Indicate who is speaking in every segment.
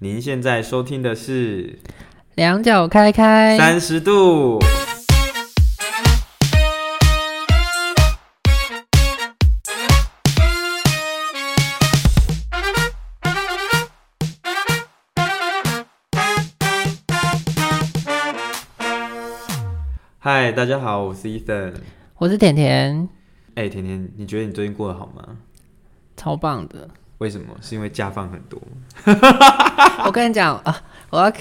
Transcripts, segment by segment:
Speaker 1: 您现在收听的是
Speaker 2: 两脚开开，
Speaker 1: 三十度。嗨，大家好，我是 Ethan。
Speaker 2: 我是甜甜，
Speaker 1: 哎、甜甜，你觉得你最近过得好吗？
Speaker 2: 超棒的。
Speaker 1: 为什么？是因为假放很多吗？
Speaker 2: 我跟你讲啊，我要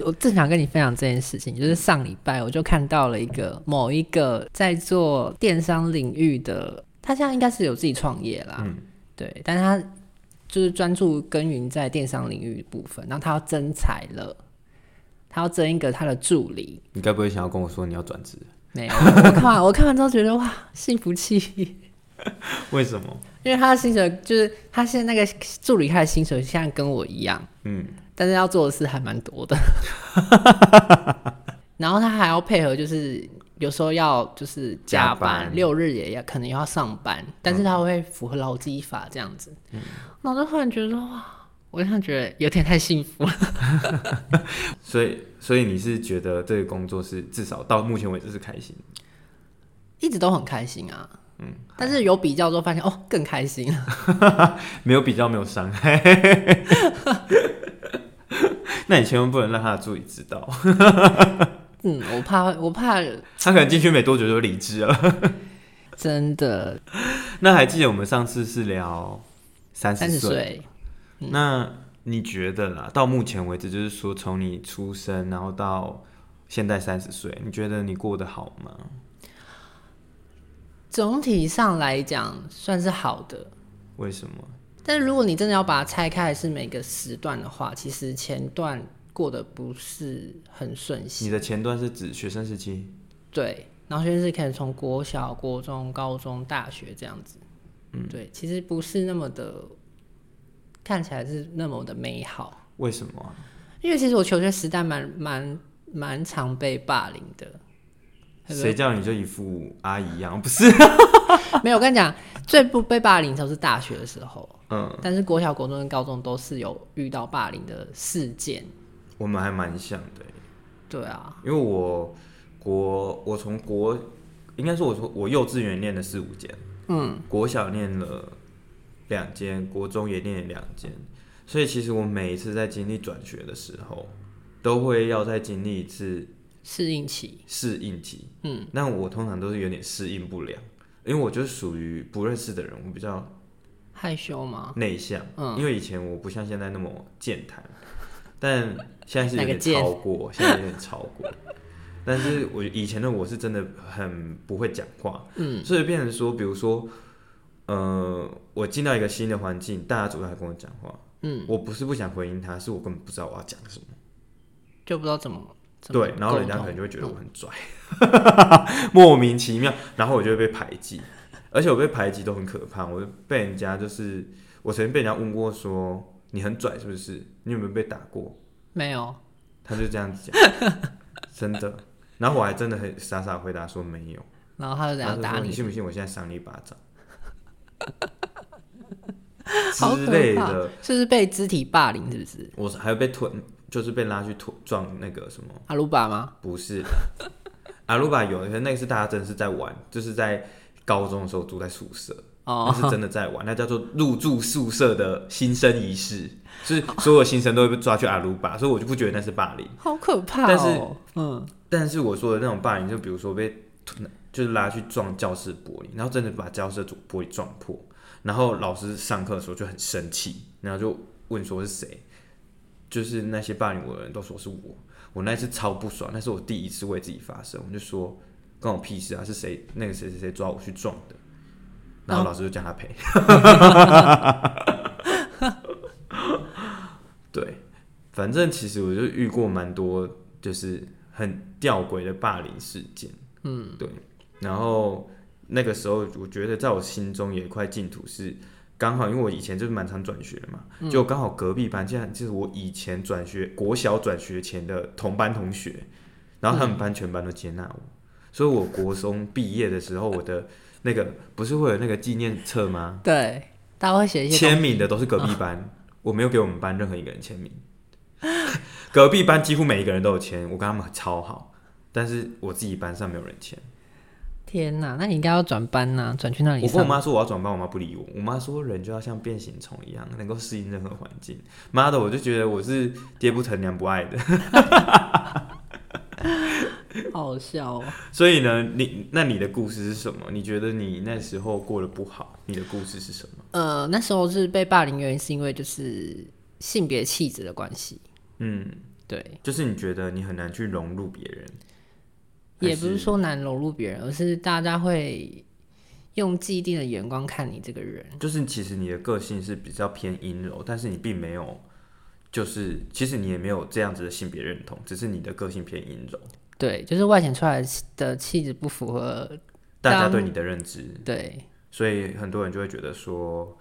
Speaker 2: 我正想跟你分享这件事情，就是上礼拜我就看到了一个某一个在做电商领域的，他现在应该是有自己创业啦，
Speaker 1: 嗯
Speaker 2: 对，但他就是专注耕耘在电商领域的部分，然后他要增财了，他要增一个他的助理。
Speaker 1: 你该不会想要跟我说你要转职？
Speaker 2: 没有，我看完我 看完之后觉得哇，幸福气。
Speaker 1: 为什么？
Speaker 2: 因为他的薪水就是他现在那个助理，他的薪水现在跟我一样，
Speaker 1: 嗯，
Speaker 2: 但是要做的事还蛮 多的。然后他还要配合，就是有时候要就是加
Speaker 1: 加班嗯
Speaker 2: 六日也要可能要上班，但是他会符合劳基法这样子。那我就忽然觉得说哇，我就觉得有点太幸福了。
Speaker 1: 所以，所以你是觉得这个工作是至少到目前为止是开心的？
Speaker 2: 一直都很开心啊。嗯，但是有比较之后发现哦，更开心了。
Speaker 1: 没有比较，没有伤害。 那你千万不能让他的助理知道，
Speaker 2: 嗯，我怕，我怕，
Speaker 1: 他可能进去没多久就离职了。
Speaker 2: 真的
Speaker 1: 那还记得我们上次是聊三
Speaker 2: 三
Speaker 1: 十
Speaker 2: 十
Speaker 1: 岁，嗯
Speaker 2: 岁，
Speaker 1: 那你觉得啦？到目前为止，就是说从你出生，然后到现在三十岁，你觉得你过得好吗？
Speaker 2: 总体上来讲算是好的。
Speaker 1: 为什么？
Speaker 2: 但如果你真的要把它拆开，是每个时段的话，其实前段过得不是很顺
Speaker 1: 你
Speaker 2: 心。
Speaker 1: 的前段是指学生时期，
Speaker 2: 对，然后就是可能从国小、国中、高中、大学这样子。嗯，对，其实不是那么的，看起来是那么的美好。
Speaker 1: 为什么啊、
Speaker 2: 因为其实我求学时代蛮蛮蛮常被霸凌的，会不
Speaker 1: 谁叫你就一副阿姨样？不是，
Speaker 2: 会没有。我跟你讲，最不被霸凌的时候是大学的时候，
Speaker 1: 嗯，
Speaker 2: 但是国小、国中跟高中都是有遇到霸凌的事件。
Speaker 1: 我们还蛮像的欸，
Speaker 2: 对啊，
Speaker 1: 因为我国我从国应该说我从我幼稚园念了四五间，嗯，国小念了两间，国中也念了两间，所以其实我每一次在经历转学的时候，都会要再经历一次
Speaker 2: 适应期。
Speaker 1: 适应期，
Speaker 2: 嗯，
Speaker 1: 那我通常都是有点适应不良，因为我就是属于不认识的人，我比较
Speaker 2: 害羞吗？
Speaker 1: 内向，
Speaker 2: 嗯
Speaker 1: 因为以前我不像现在那么健谈， 但现在是有
Speaker 2: 哪
Speaker 1: 点
Speaker 2: 个健
Speaker 1: 超过，现在有点超过。但是我以前的我是真的很不会讲话，嗯，所以变成说，比如说，呃，我进到一个新的环境，大家主动来跟我讲话，嗯，我不是不想回应他，是我根本不知道我要讲什么，
Speaker 2: 就不知道怎么怎么
Speaker 1: 对，然后人家
Speaker 2: 沟
Speaker 1: 可能
Speaker 2: 通嗯
Speaker 1: 就会觉得我很拽， 莫名其妙，然后我就会被排挤，而且我被排挤都很可怕，我被人家就是，我曾经被人家问过说你很拽是不是？你有没有被打过？
Speaker 2: 没有，
Speaker 1: 他就这样子讲， 真的。然后我还真的很傻傻地回答说没有，
Speaker 2: 然后他就这
Speaker 1: 他
Speaker 2: 样
Speaker 1: 就
Speaker 2: 打
Speaker 1: 说你
Speaker 2: 你，
Speaker 1: 信不信我现在赏你一巴掌
Speaker 2: 好
Speaker 1: 之类
Speaker 2: 可怕
Speaker 1: 的，，
Speaker 2: 就是被肢体霸凌是不是？
Speaker 1: 我还有被推，就是被拉去推撞那个什么。
Speaker 2: 阿鲁巴吗？
Speaker 1: 不是 的，阿鲁巴有，可是那个是大家真的是在玩，就是在高中的时候住在宿舍，那
Speaker 2: 哦，
Speaker 1: 是真的在玩，那叫做入住宿舍的新生仪式，就是所有新生都会被抓去阿鲁巴，所以我就不觉得那是霸凌。
Speaker 2: 好可怕
Speaker 1: 嗯但
Speaker 2: 哦。
Speaker 1: 是
Speaker 2: 嗯，
Speaker 1: 但是我说的那种霸凌，就比如说被就是拉去撞教室玻璃，然后真的把教室的玻璃撞破，然后老师上课的时候就很生气，然后就问说是谁，就是那些霸凌我的人都说是我，我那一次超不爽，那是我第一次为自己发声，我就说关我屁事啊，是谁那个谁谁谁抓我去撞的，然后老师就叫他赔， 对，反正其实我就遇过蛮多就是很吊诡的霸凌事件，嗯，对。然后那个时候，我觉得在我心中有一块净土是刚好，因为我以前就是蛮常转学嘛，就刚好隔壁班，竟然就是我以前转学国小转学前的同班同学，然后他们班全班都接纳我，所以我国中毕业的时候，我的那个不是会有那个纪念册吗？
Speaker 2: 对，大家会写一些东啊
Speaker 1: 签名的都是隔壁班，我没有给我们班任何一个人签名。 隔壁班几乎每一个人都有签，我跟他们超好，但是我自己班上没有人签。
Speaker 2: 天哪，那你应该要转班呐、转去那里
Speaker 1: 我跟我
Speaker 2: 上。
Speaker 1: 妈说我要转班，我妈不理我。我妈说人就要像变形虫一样，能够适应任何环境。妈的，我就觉得我是爹不疼娘不爱的。
Speaker 2: 好好笑哦。
Speaker 1: 所以呢，你那你的故事是什么？你觉得你那时候过得不好，你的故事是什么？
Speaker 2: 呃，那时候是被霸凌，原因是因为就是性别气质的关系。
Speaker 1: 嗯，
Speaker 2: 对，
Speaker 1: 就是你觉得你很难去融入别人，
Speaker 2: 也
Speaker 1: 还
Speaker 2: 不是说难融入别人，而是大家会用既定的眼光看你这个人。
Speaker 1: 就是其实你的个性是比较偏阴柔，但是你并没有，就是其实你也没有这样子的性别认同，只是你的个性偏阴柔，
Speaker 2: 对，就是外显出来的气质不符合。
Speaker 1: 大家
Speaker 2: 当
Speaker 1: 对你的认知，
Speaker 2: 对，
Speaker 1: 所以很多人就会觉得说，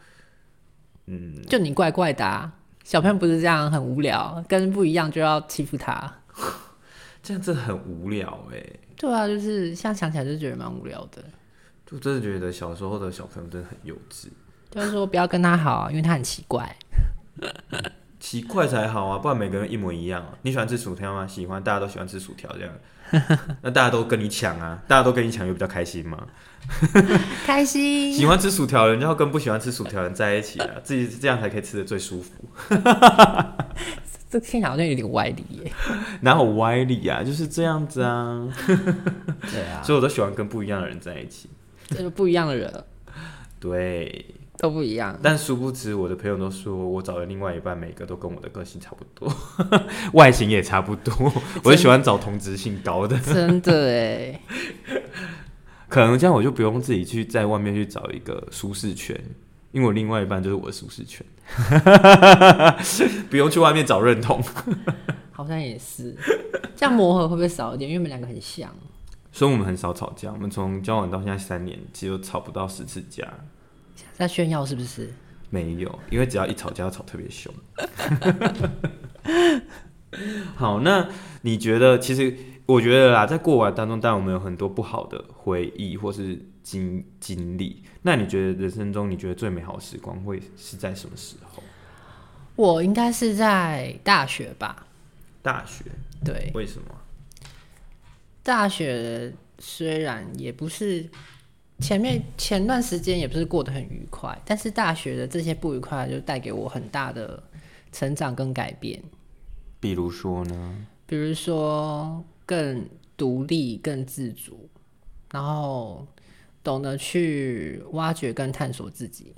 Speaker 1: 嗯，
Speaker 2: 就你怪怪的、啊，小朋友不是这样，很无聊，跟不一样就要欺负他。
Speaker 1: 这样真的很无聊哎、
Speaker 2: 对啊，就是现在想起来就觉得蛮无聊的。
Speaker 1: 就真的觉得小时候的小朋友真的很幼稚，
Speaker 2: 就是说不要跟他好，啊因为他很奇怪。
Speaker 1: 奇怪才好啊，不然每个人一模一样、啊。你喜欢吃薯条吗？喜欢，大家都喜欢吃薯条这样， 那大家都跟你抢啊，大家都跟你抢，有比较开心吗？
Speaker 2: 开心，
Speaker 1: 喜欢吃薯条的人就要跟不喜欢吃薯条的人在一起啊，自己这样才可以吃的最舒服。
Speaker 2: 这听起来好像有点歪理耶。
Speaker 1: 哪有歪理啊？就是这样子啊，
Speaker 2: 对啊，
Speaker 1: 所以我都喜欢跟不一样的人在一起。
Speaker 2: 这 就不一样的人
Speaker 1: 对，
Speaker 2: 都不一样。
Speaker 1: 但殊不知我的朋友都说我找的另外一半每个都跟我的个性差不多， 外形也差不多，我就喜欢找同质性高的。
Speaker 2: 真的哎，
Speaker 1: 可能这样我就不用自己去在外面去找一个舒适圈，因为我另外一半就是我的舒适圈， 不用去外面找认同。
Speaker 2: 好像也是。这样磨合会不会少一点？因为我们两个很像。
Speaker 1: 所以我们很少吵架，我们从交往到现在三年，其实都吵不到十次架，
Speaker 2: 在炫耀是不是？
Speaker 1: 没有，因为只要一吵架，要吵特别凶。 好，那你觉得？其实我觉得啦，在过往当中，当然我们有很多不好的回忆或是经经历。那你觉得人生中，你觉得最美好的时光会是在什么时候？
Speaker 2: 我应该是在大学吧？
Speaker 1: 大学？
Speaker 2: 对，
Speaker 1: 为什么？
Speaker 2: 大学虽然也不是前面前段时间也不是过得很愉快，但是大学的这些不愉快就带给我很大的成长跟改变，
Speaker 1: 比如说呢？
Speaker 2: 比如说更独立、更自主，然后懂得去挖掘跟探索自己。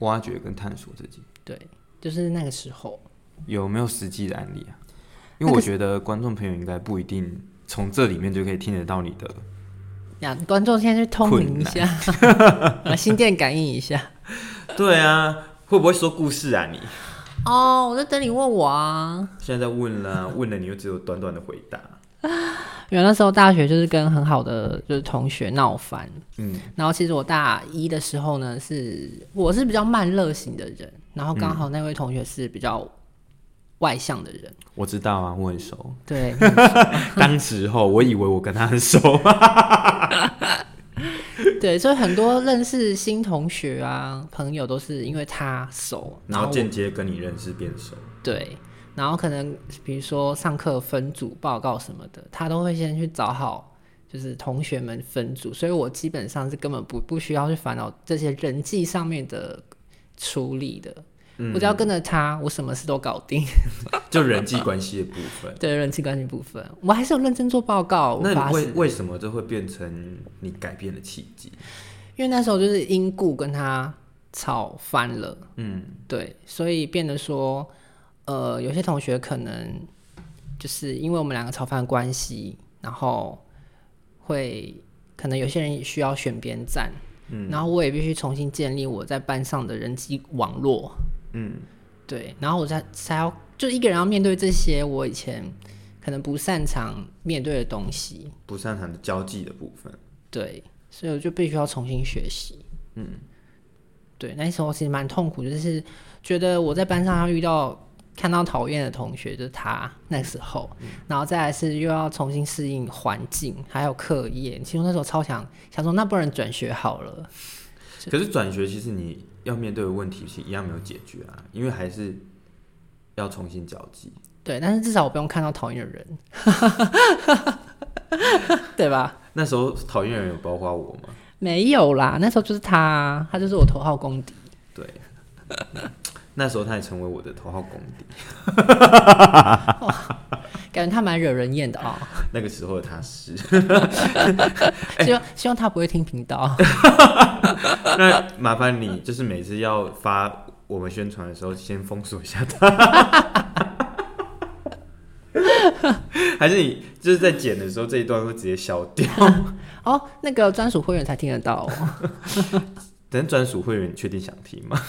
Speaker 1: 挖掘跟探索自己，
Speaker 2: 对，就是那个时候，
Speaker 1: 有没有实际的案例啊？因为我觉得观众朋友应该不一定从这里面就可以听得到你的
Speaker 2: 呀，观众现在去通灵一下， 把心电感应一下。
Speaker 1: 对啊，会不会说故事啊你？
Speaker 2: 哦，我在等你问我啊。
Speaker 1: 现在在问了、 问了你又只有短短的回答。
Speaker 2: 因为那时候大学就是跟很好的就是同学闹翻，
Speaker 1: 嗯，
Speaker 2: 然后其实我大一的时候呢，是我是比较慢热型的人，然后刚好那位同学是比较外向的人，
Speaker 1: 我知道啊，我很 熟。
Speaker 2: 对，
Speaker 1: 当时候我以为我跟他很熟，
Speaker 2: 对，所以很多认识新同学啊朋友都是因为他熟，
Speaker 1: 然后
Speaker 2: 我
Speaker 1: 间接跟你认识变熟。
Speaker 2: 对，然后可能比如说上课分组报告什么的，他都会先去找好就是同学们分组，所以我基本上是根本不不需要去烦恼这些人际上面的处理的。
Speaker 1: 嗯
Speaker 2: 我只要跟着他，我什么事都搞定。
Speaker 1: 就人际关系的部分。
Speaker 2: 对人际关系部分，我还是有认真做报告。我
Speaker 1: 那
Speaker 2: 发
Speaker 1: 你为
Speaker 2: 誓，
Speaker 1: 为什么这会变成你改变的契机？
Speaker 2: 因为那时候就是因故跟他吵翻了，
Speaker 1: 嗯，
Speaker 2: 对，所以变得说，呃，有些同学可能就是因为我们两个吵翻的关系，然后会可能有些人需要选边站，嗯，然后我也必须重新建立我在班上的人际网络，
Speaker 1: 嗯，
Speaker 2: 对，然后我才才要就一个人要面对这些我以前可能不擅长面对的东西，
Speaker 1: 不擅长的交际的部分。
Speaker 2: 对，所以我就必须要重新学习。
Speaker 1: 嗯，
Speaker 2: 对，那时候其实蛮痛苦，就是觉得我在班上要遇到看到讨厌的同学，就是他那时候，然后再来是又要重新适应环境，还有课业。其实我那时候超想想说，那不然转学好了。
Speaker 1: 可是转学其实你要面对的问题是一样没有解决啊，因为还是要重新交际。
Speaker 2: 对，但是至少我不用看到讨厌的人， 对吧？
Speaker 1: 那时候讨厌的人有包括我吗？
Speaker 2: 没有啦，那时候就是他啊，他就是我头号公敌。
Speaker 1: 对， 那时候他也成为我的头号公敌。
Speaker 2: 感觉他蛮惹人厌的哦，
Speaker 1: 那个时候的他是，
Speaker 2: 希望希望他不会听频道。
Speaker 1: 那麻烦你就是每次要发我们宣传的时候，先封锁一下他。 还是你就是在剪的时候这一段会直接消掉，
Speaker 2: 哦，那个专属会员才听得 到哦。
Speaker 1: 等专属会员你确定想听吗？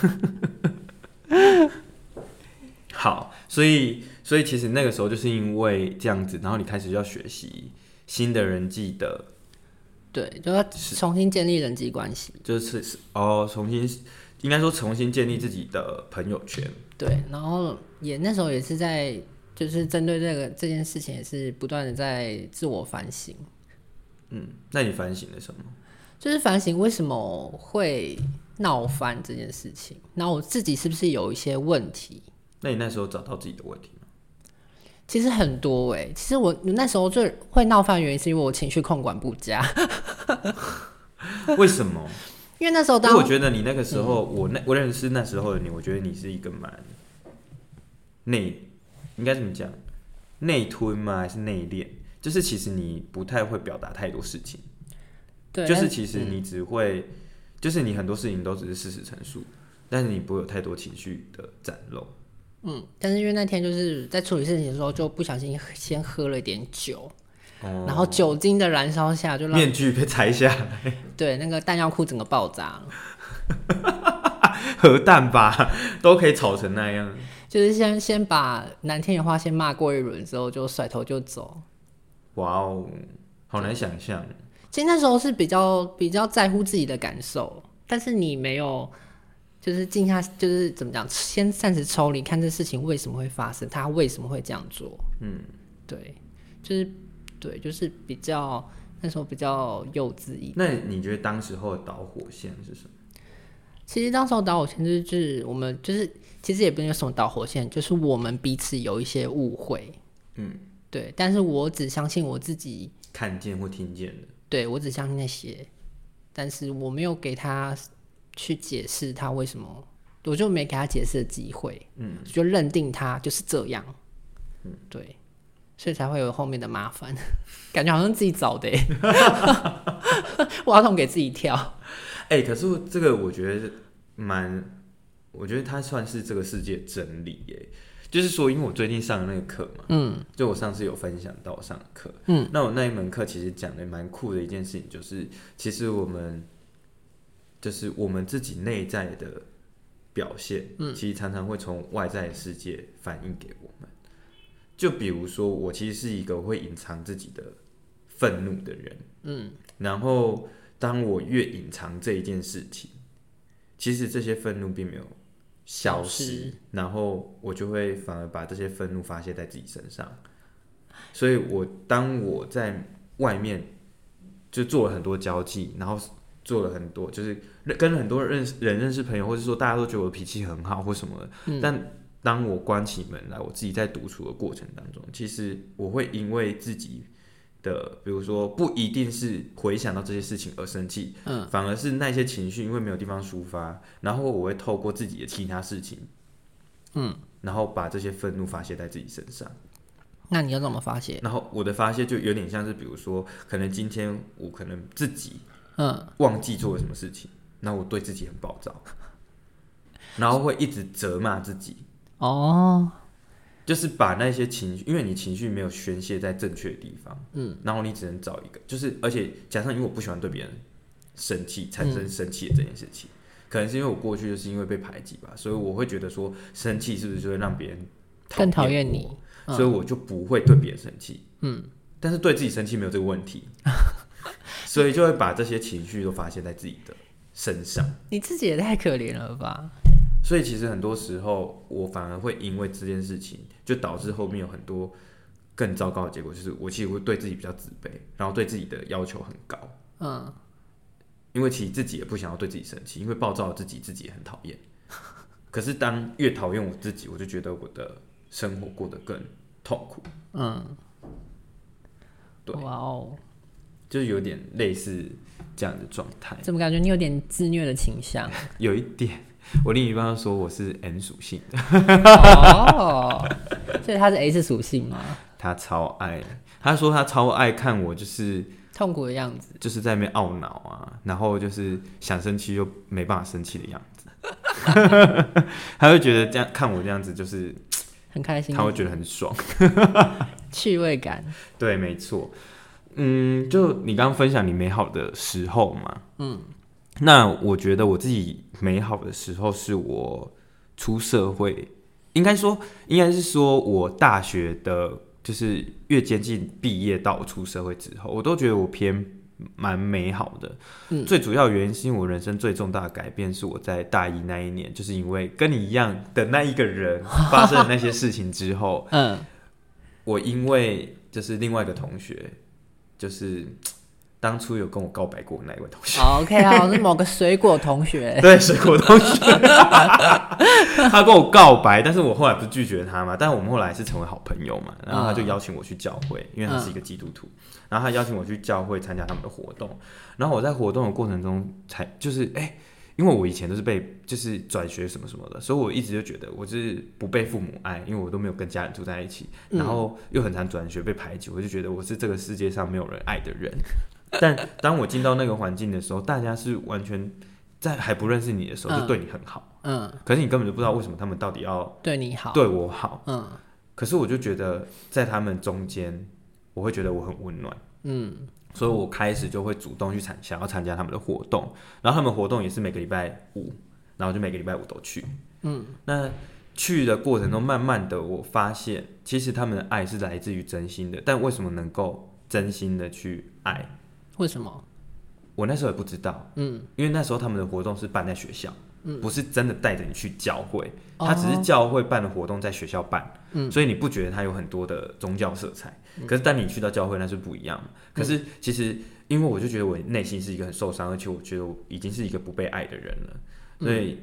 Speaker 1: 好，所以所以其实那个时候就是因为这样子，然后你开始要学习新的人际的，
Speaker 2: 对，就要重新建立人际关系。
Speaker 1: 就是是哦，重新应该说重新建立自己的朋友圈。
Speaker 2: 对，然后也那时候也是在，就是针对这个这件事情，也是不断的在自我反省，
Speaker 1: 嗯，那你反省了什么？
Speaker 2: 就是反省为什么会闹翻这件事情，然后我自己是不是有一些问题？
Speaker 1: 那你那时候找到自己的问题吗？
Speaker 2: 其实很多哎、其实我那时候最会闹翻的原因是因为我情绪控管不佳，
Speaker 1: 为什么？
Speaker 2: 因为那时候
Speaker 1: 因
Speaker 2: 当
Speaker 1: 为我觉得你那个时候，
Speaker 2: 嗯
Speaker 1: 我那我认识那时候的你，我觉得你是一个蛮内，应该怎么讲？内吞吗？还是内敛？就是其实你不太会表达太多事情，
Speaker 2: 对，
Speaker 1: 就
Speaker 2: 但嗯
Speaker 1: 是其实你只会，就是你很多事情都只是事实陈述，但是你不会有太多情绪的展露。
Speaker 2: 嗯，但是因为那天就是在处理事情的时候，就不小心先喝了一点酒，
Speaker 1: 哦
Speaker 2: 然后酒精的燃烧下就让
Speaker 1: 面具被拆下来，
Speaker 2: 对那个弹药库整个爆炸了。
Speaker 1: 核弹吧都可以炒成那样。
Speaker 2: 就是先先把难听的话先骂过一轮之后，就甩头就走。
Speaker 1: 哇哦，好难想象。
Speaker 2: 其实那时候是比较比较在乎自己的感受，但是你没有就是静下，就是怎么讲，先暂时抽离，看这事情为什么会发生，他为什么会这样做。
Speaker 1: 嗯，
Speaker 2: 对，就是对，就是比较那时候比较幼稚一点。
Speaker 1: 那你觉得当时候的导火线是什么？
Speaker 2: 其实当时候导火线就是就是我们就是其实也不是有什么导火线，就是我们彼此有一些误会。
Speaker 1: 嗯，
Speaker 2: 对，但是我只相信我自己
Speaker 1: 看见或听见的。
Speaker 2: 对我只相信那些，但是我没有给他去解释他为什么，我就没给他解释的机会，
Speaker 1: 嗯，
Speaker 2: 就认定他就是这样，嗯，对，所以才会有后面的麻烦， 感觉好像自己找 的欸，挖洞给自己跳，
Speaker 1: 哎、可是我这个我觉得蛮，我觉得它算是这个世界真理耶。就是说，因为我最近上的那个课嘛，
Speaker 2: 嗯，
Speaker 1: 就我上次有分享到我上的课，
Speaker 2: 嗯，
Speaker 1: 那我那一门课其实讲的蛮酷的一件事情，就是其实我们就是我们自己内在的表现，嗯，其实常常会从外在的世界反映给我们。就比如说，我其实是一个会隐藏自己的愤怒的人，嗯，然后当我越隐藏这一件事情，其实这些愤怒并没有消失，
Speaker 2: 消失
Speaker 1: 然后我就会反而把这些愤怒发泄在自己身上。所以我当我在外面就做了很多交际，然后做了很多就是跟很多认识人认识朋友，或者说大家都觉得我脾气很好或什么的，但当我关起门来，我自己在独处的过程当中，其实我会因为自己的，比如说不一定是回想到这些事情而生气，
Speaker 2: 嗯，
Speaker 1: 反而是那些情绪因为没有地方抒发，然后我会透过自己的其他事情，嗯，然后把这些愤怒发泄在自己身上。
Speaker 2: 那你要怎么发泄？
Speaker 1: 然后我的发泄就有点像是，比如说，可能今天我可能自己
Speaker 2: 嗯，
Speaker 1: 忘记做了什么事情，那我对自己很暴躁，然后会一直责骂自己，
Speaker 2: 哦，
Speaker 1: 就是把那些情绪，因为你情绪没有宣泄在正确的地方，嗯，然后你只能找一个，就是而且加上，因为我不喜欢对别人生气，产生生气的这件事情，可能是因为我过去就是因为被排挤吧，所以我会觉得说，生气是不是就会让别人
Speaker 2: 更讨
Speaker 1: 厌
Speaker 2: 厌
Speaker 1: 我
Speaker 2: 你，嗯
Speaker 1: 所以我就不会对别人生气。嗯，但是对自己生气没有这个问 题，所以就会把这些情绪都发泄在自己的身上。
Speaker 2: 你自己也太可怜了吧？
Speaker 1: 所以其实很多时候，我反而会因为这件事情，就导致后面有很多更糟糕的结果，就是我其实会对自己比较自卑，然后对自己的要求很高，
Speaker 2: 嗯，
Speaker 1: 因为其实自己也不想要对自己生气，因 为暴躁的自己自己也很讨厌。可是当越讨厌我自己，我就觉得我的生活过得更痛苦，
Speaker 2: 嗯，
Speaker 1: 对
Speaker 2: 哇哦，
Speaker 1: 就是有点类似这样的状态。
Speaker 2: 怎么感觉你有点自虐的倾 向？
Speaker 1: 有一点，我另一半说我是 N 属性的，
Speaker 2: 哦，所以它是 S 属性吗？
Speaker 1: 他超爱，他说他超爱看我，就是
Speaker 2: 痛苦的样子，
Speaker 1: 就是在那边懊恼啊，然后就是想生气又没办法生气的样子。 他会觉得这样看我这样子，就是
Speaker 2: 很开心，
Speaker 1: 他会觉得很爽。
Speaker 2: 趣味感。
Speaker 1: 对，没错。嗯，就你刚刚分享你美好的时候嘛，嗯，那我觉得我自己美好的时候是我出社会，应该说，应该是说我大学的，就是越接近毕业到我出社会之后，我都觉得我偏蛮美好的。
Speaker 2: 嗯
Speaker 1: 最主要原因是因为我人生最重大的改变是我在大一那一年，就是因为跟你一样的那一个人发生了那些事情之后，
Speaker 2: 嗯，
Speaker 1: 我因为就是另外一个同学，就是当初有跟我告白过那一位同学，
Speaker 2: 好，OK，好，我是某个水果同学。
Speaker 1: 对，水果同学，他跟我告白，但是我后来不是拒绝他嘛，但我们后来是成为好朋友嘛，然后他就邀请我去教会，因为他是一个基督徒，然后他邀请我去教会参加他们的活动，然后我在活动的过程中才就是哎。因为我以前都是被就是转学什么什么的，所以我一直就觉得我就是不被父母爱，因为我都没有跟家人住在一起，然后又很常转学被排挤，我就觉得我是这个世界上没有人爱的人。但当我进到那个环境的时候，大家是完全在还不认识你的时候
Speaker 2: 嗯
Speaker 1: 就对你很好，
Speaker 2: 嗯，
Speaker 1: 可是你根本就不知道为什么他们到底要
Speaker 2: 对你好。
Speaker 1: 对我好。
Speaker 2: 嗯
Speaker 1: 可是我就觉得在他们中间，我会觉得我很温暖。
Speaker 2: 嗯
Speaker 1: 所以我开始就会主动去参想要参加他们的活动，然后他们活动也是每个礼拜五，然后就每个礼拜五都去。嗯，那去的过程中，慢慢的我发现，其实他们的爱是来自于真心的，但为什么能够真心的去爱？
Speaker 2: 为什么？
Speaker 1: 我那时候也不知道，
Speaker 2: 嗯，
Speaker 1: 因为那时候他们的活动是办在学校，嗯、不是真的带着你去教会，
Speaker 2: 哦
Speaker 1: 他只是教会办的活动在学校办，嗯、所以你不觉得它有很多的宗教色彩？可是当你去到教会，那是不一样嘛。可是其实，因为我就觉得我内心是一个很受伤，而且我觉得我已经是一个不被爱的人了，所以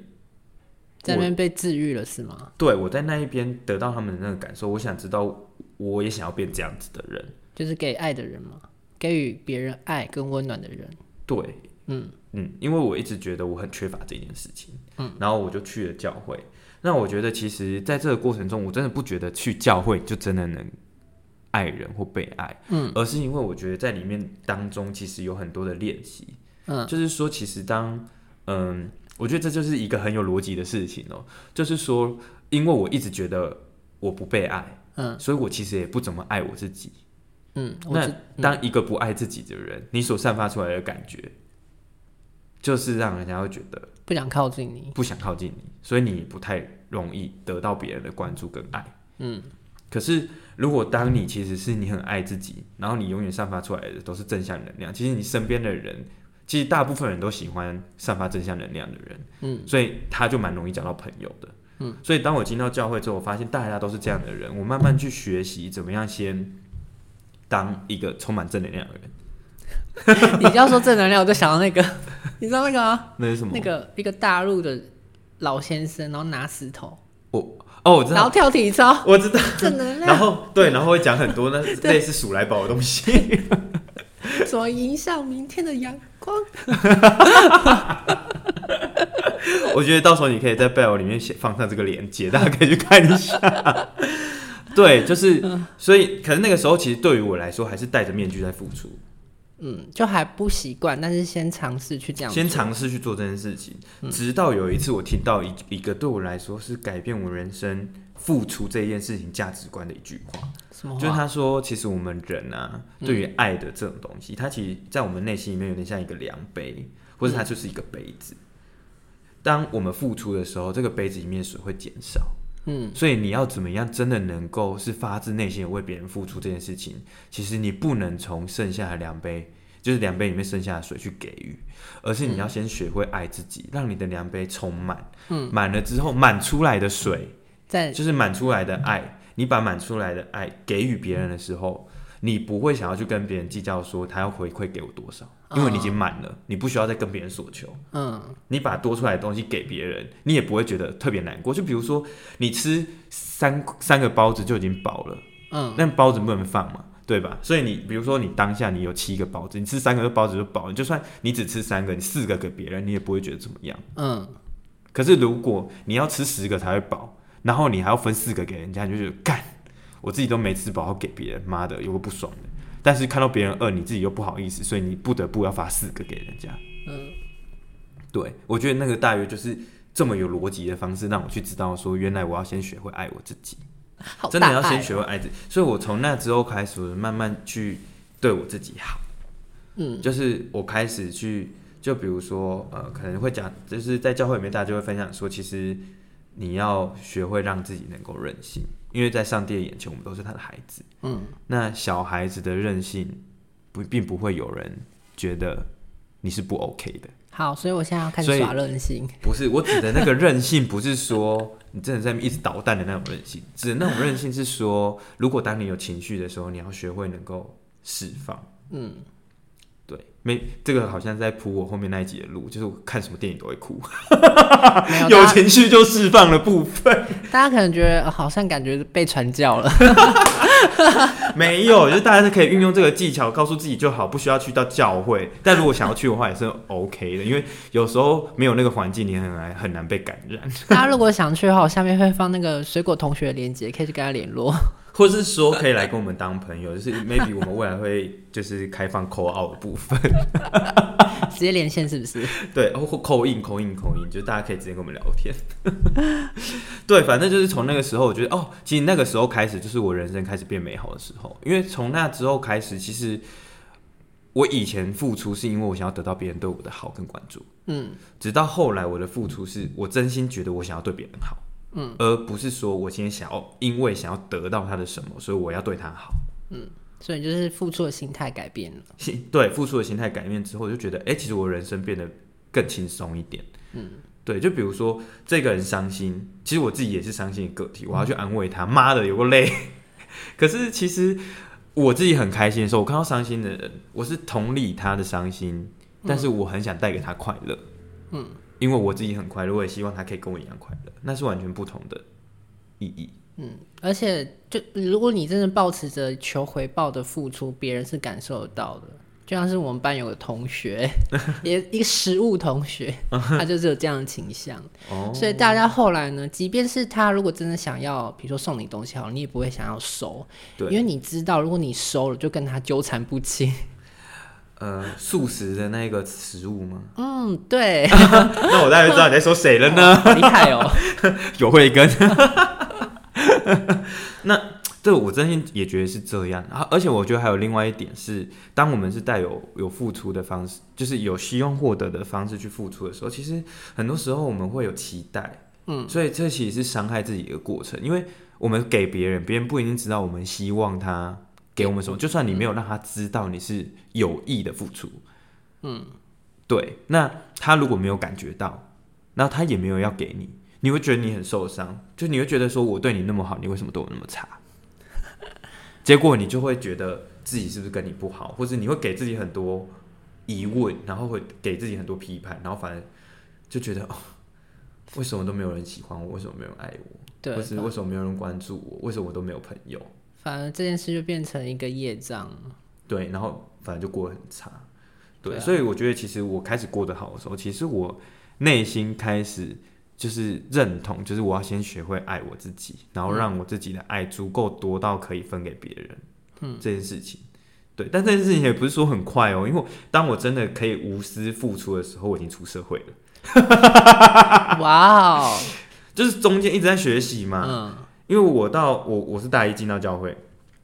Speaker 2: 在那边被治愈了是吗？
Speaker 1: 对我在那一边得到他们的那个感受，我想知道我也想要变这样子的人。
Speaker 2: 就是给爱的人嘛，给予别人爱跟温暖的人。
Speaker 1: 对，
Speaker 2: 嗯
Speaker 1: 嗯，因为我一直觉得我很缺乏这件事情，嗯，然后我就去了教会。那我觉得其实在这个过程中，我真的不觉得去教会就真的能爱人或被爱，
Speaker 2: 嗯，
Speaker 1: 而是因为我觉得在里面当中其实有很多的练习，
Speaker 2: 嗯
Speaker 1: 就是说其实当嗯，我觉得这就是一个很有逻辑的事情哦，就是说因为我一直觉得我不被爱，
Speaker 2: 嗯
Speaker 1: 所以我其实也不怎么爱我自己。
Speaker 2: 嗯，我
Speaker 1: 那
Speaker 2: 知
Speaker 1: 当一个不爱自己的人，你所散发出来的感觉，就是让人家会觉得
Speaker 2: 不想靠近你。
Speaker 1: 不想靠近你，所以你不太容易得到别人的关注跟爱。
Speaker 2: 嗯，
Speaker 1: 可是如果当你其实是你很爱自己，然后你永远散发出来的都是正向能量，其实你身边的人，其实大部分人都喜欢散发正向能量的人，
Speaker 2: 嗯，
Speaker 1: 所以他就蛮容易交到朋友的。嗯，所以当我进到教会之后，我发现大家都是这样的人，我慢慢去学习怎么样先当一个充满正能量的人。
Speaker 2: 你要说正能量，我就想到 那个，你知道那个吗？
Speaker 1: 那是什么？
Speaker 2: 那个一个大陆的老先生，然后拿石头，
Speaker 1: 我哦，我知
Speaker 2: 然后
Speaker 1: 道，
Speaker 2: 跳体操，
Speaker 1: 我知道。
Speaker 2: 正能
Speaker 1: 然
Speaker 2: 量，
Speaker 1: 后对，然后会讲很多 那类似数来宝的东西。
Speaker 2: 怎么迎向明天的阳光？
Speaker 1: 我觉得到时候你可以在 Bell 里面写放上这个链接，大家可以去看一下。 对，就是，
Speaker 2: 嗯
Speaker 1: 所以可能那个时候其实对于我来说，还是戴着面具在付出，
Speaker 2: 嗯，就还不习惯，但是先尝试去这样做。嗯
Speaker 1: 先尝试去做这件事情，直到有一次我听到一一个对我来说是改变我人生付出这件事情价值观的一句话，
Speaker 2: 什么
Speaker 1: 就是
Speaker 2: 话？
Speaker 1: 他说，其实我们人啊，对于爱的这种东西，它其实在我们内心里面有点像一个量杯，或者它就是一个杯子。当我们付出的时候，这个杯子里面水会减少。
Speaker 2: 嗯，
Speaker 1: 所以你要怎么样真的能够是发自内心的为别人付出这件事情，其实你不能从剩下的量杯，就是量杯里面剩下的水去给予，而是你要先学会爱自己，让你的量杯充满。
Speaker 2: 嗯，
Speaker 1: 满了之后满出来的水，
Speaker 2: 在
Speaker 1: 就是满出来的爱，你把满出来的爱给予别人的时候，你不会想要去跟别人计较说他要回馈给我多少，因为你已经满了，你不需要再跟别人索求。
Speaker 2: 嗯，
Speaker 1: 你把多出来的东西给别人，你也不会觉得特别难过。就比如说，你吃三三个包子就已经饱了，
Speaker 2: 嗯，
Speaker 1: 但包子不能放嘛，对吧？所以你比如说，你当下你有七个包子，你吃三个包子就饱了，就算你只吃三个，你四个给别人，你也不会觉得怎么样。
Speaker 2: 嗯，
Speaker 1: 可是如果你要吃十个才会饱，然后你还要分四个给人家，你就觉得干，我自己都没吃饱，要给别人，妈的，有个不爽的。但是看到别人饿，你自己又不好意思，所以你不得不要发四个给人家。
Speaker 2: 嗯，
Speaker 1: 对，我觉得那个大约就是这么有逻辑的方式，让我去知道说，原来我要先学会爱我自己，
Speaker 2: 好
Speaker 1: 真的要
Speaker 2: 大爱
Speaker 1: 先
Speaker 2: 哦
Speaker 1: 学会爱自己。所以我从那之后开始，我慢慢去对我自己好。
Speaker 2: 嗯
Speaker 1: 就是我开始去，就比如说，呃，可能会讲，就是在教会里面，大家就会分享说，其实你要学会让自己能够任性，因为在上帝的眼前，我们都是他的孩子。
Speaker 2: 嗯，
Speaker 1: 那小孩子的任性不，并不会有人觉得你是不 OK 的。
Speaker 2: 好，所以我现在要开
Speaker 1: 所
Speaker 2: 始
Speaker 1: 以
Speaker 2: 耍任 性。
Speaker 1: 不是，我指的那个任性，不是说你真的在那边一直捣蛋的那种任性，指的那种任性是说，如果当你有情绪的时候，你要学会能够释放。
Speaker 2: 嗯，
Speaker 1: 对，没这个好像在铺我后面那一集的路，就是我看什么电影都会哭，
Speaker 2: 没 有，
Speaker 1: 啊有
Speaker 2: 哎大家
Speaker 1: 情绪就释放的部分。
Speaker 2: 大家可能觉得、呃好像感觉被传 教了。
Speaker 1: 没有，就是大家是可以运用这个技巧，告诉自己就好，不需要去到教会。但如果想要去的话，也是 OK 的，因为有时候没有那个环境，你很难很难被感染，
Speaker 2: 大家如果想去的话，我下面会放那个水果同学的链接，可以去跟他联络。
Speaker 1: 或是说可以来跟我们当朋友，就是 maybe 我们未来会就是开放 call out 的部分，
Speaker 2: 直接连线是不是？
Speaker 1: 对，或扣印扣印扣印，就是大家可以直接跟我们聊天。 对，反正就是从那个时候，我觉得哦，其实那个时候开始，就是我人生开始变美好的时候。因为从那之后开始，其实我以前付出是因为我想要得到别人对我的好跟关注，
Speaker 2: 嗯
Speaker 1: 直到后来我的付出是我真心觉得我想要对别人好，
Speaker 2: 嗯，
Speaker 1: 而不是说我今天想要因为想要得到他的什么，所以我要对他好。
Speaker 2: 所以就是付出的心态改变了。
Speaker 1: 心对付出的心态改变之后，我就觉得，哎、其实我人生变得更轻松一点。嗯，对，就比如说这个人伤心，其实我自己也是伤心的个体，我要去安慰他，妈的有个累。 可是其实我自己很开心的时候，我看到伤心的人，我是同理他的伤心，但是我很想带给他快乐。
Speaker 2: 嗯，
Speaker 1: 因为我自己很快乐，我也希望他可以跟我一样快乐，那是完全不同的意义。
Speaker 2: 嗯，而且就如果你真的抱持着求回报的付出，别人是感受得到的。就像是我们班有个同学， 也一个食物同学，他就是有这样的倾向。
Speaker 1: 嗯哦，
Speaker 2: 所以大家后来呢，即便是他如果真的想要，比如说送你东西好了，你也不会想要收，
Speaker 1: 对
Speaker 2: 因为你知道，如果你收了，就跟他纠缠不 清。
Speaker 1: 呃，素食的那个食物吗？
Speaker 2: 嗯，对，
Speaker 1: 那我大概知道你在说谁了呢。
Speaker 2: 好厉害 哦。
Speaker 1: 有慧根。 那这我真心也觉得是这样，啊而且我觉得还有另外一点是，当我们是带有有付出的方式，就是有希望获得的方式去付出的时候，其实很多时候我们会有期待，
Speaker 2: 嗯，
Speaker 1: 所以这其实是伤害自己的过程，因为我们给别人，别人不一定知道我们希望他给我们什
Speaker 2: 嗯
Speaker 1: 么，就算你没有让他知道你是有意的付出，
Speaker 2: 嗯，
Speaker 1: 对，那他如果没有感觉到，那他也没有要给你，你会觉得你很受伤，就你会觉得说我对你那么好，你为什么对我那么差？结果你就会觉得自己是不是跟你不好，或者你会给自己很多疑问，然后会给自己很多批判，然后反而就觉得哦，为什么都没有人喜欢我？为什么没有人爱我？
Speaker 2: 对
Speaker 1: 或，是为什么没有人关注我？为什么我都没有朋友？
Speaker 2: 反而这件事就变成一个业障。
Speaker 1: 对，然后反正就过得很差。对，
Speaker 2: 对啊
Speaker 1: 所以我觉得其实我开始过得好的时候，其实我内心开始就是认同，就是我要先学会爱我自己，然后让我自己的爱足够多到可以分给别人。嗯，这件事情。对，但这件事情也不是说很快哦，因为当我真的可以无私付出的时候，我已经出社会了，
Speaker 2: 哇 哦，
Speaker 1: 就是中间一直在学习嘛。
Speaker 2: 嗯
Speaker 1: 因为我到我我是大一进到教会，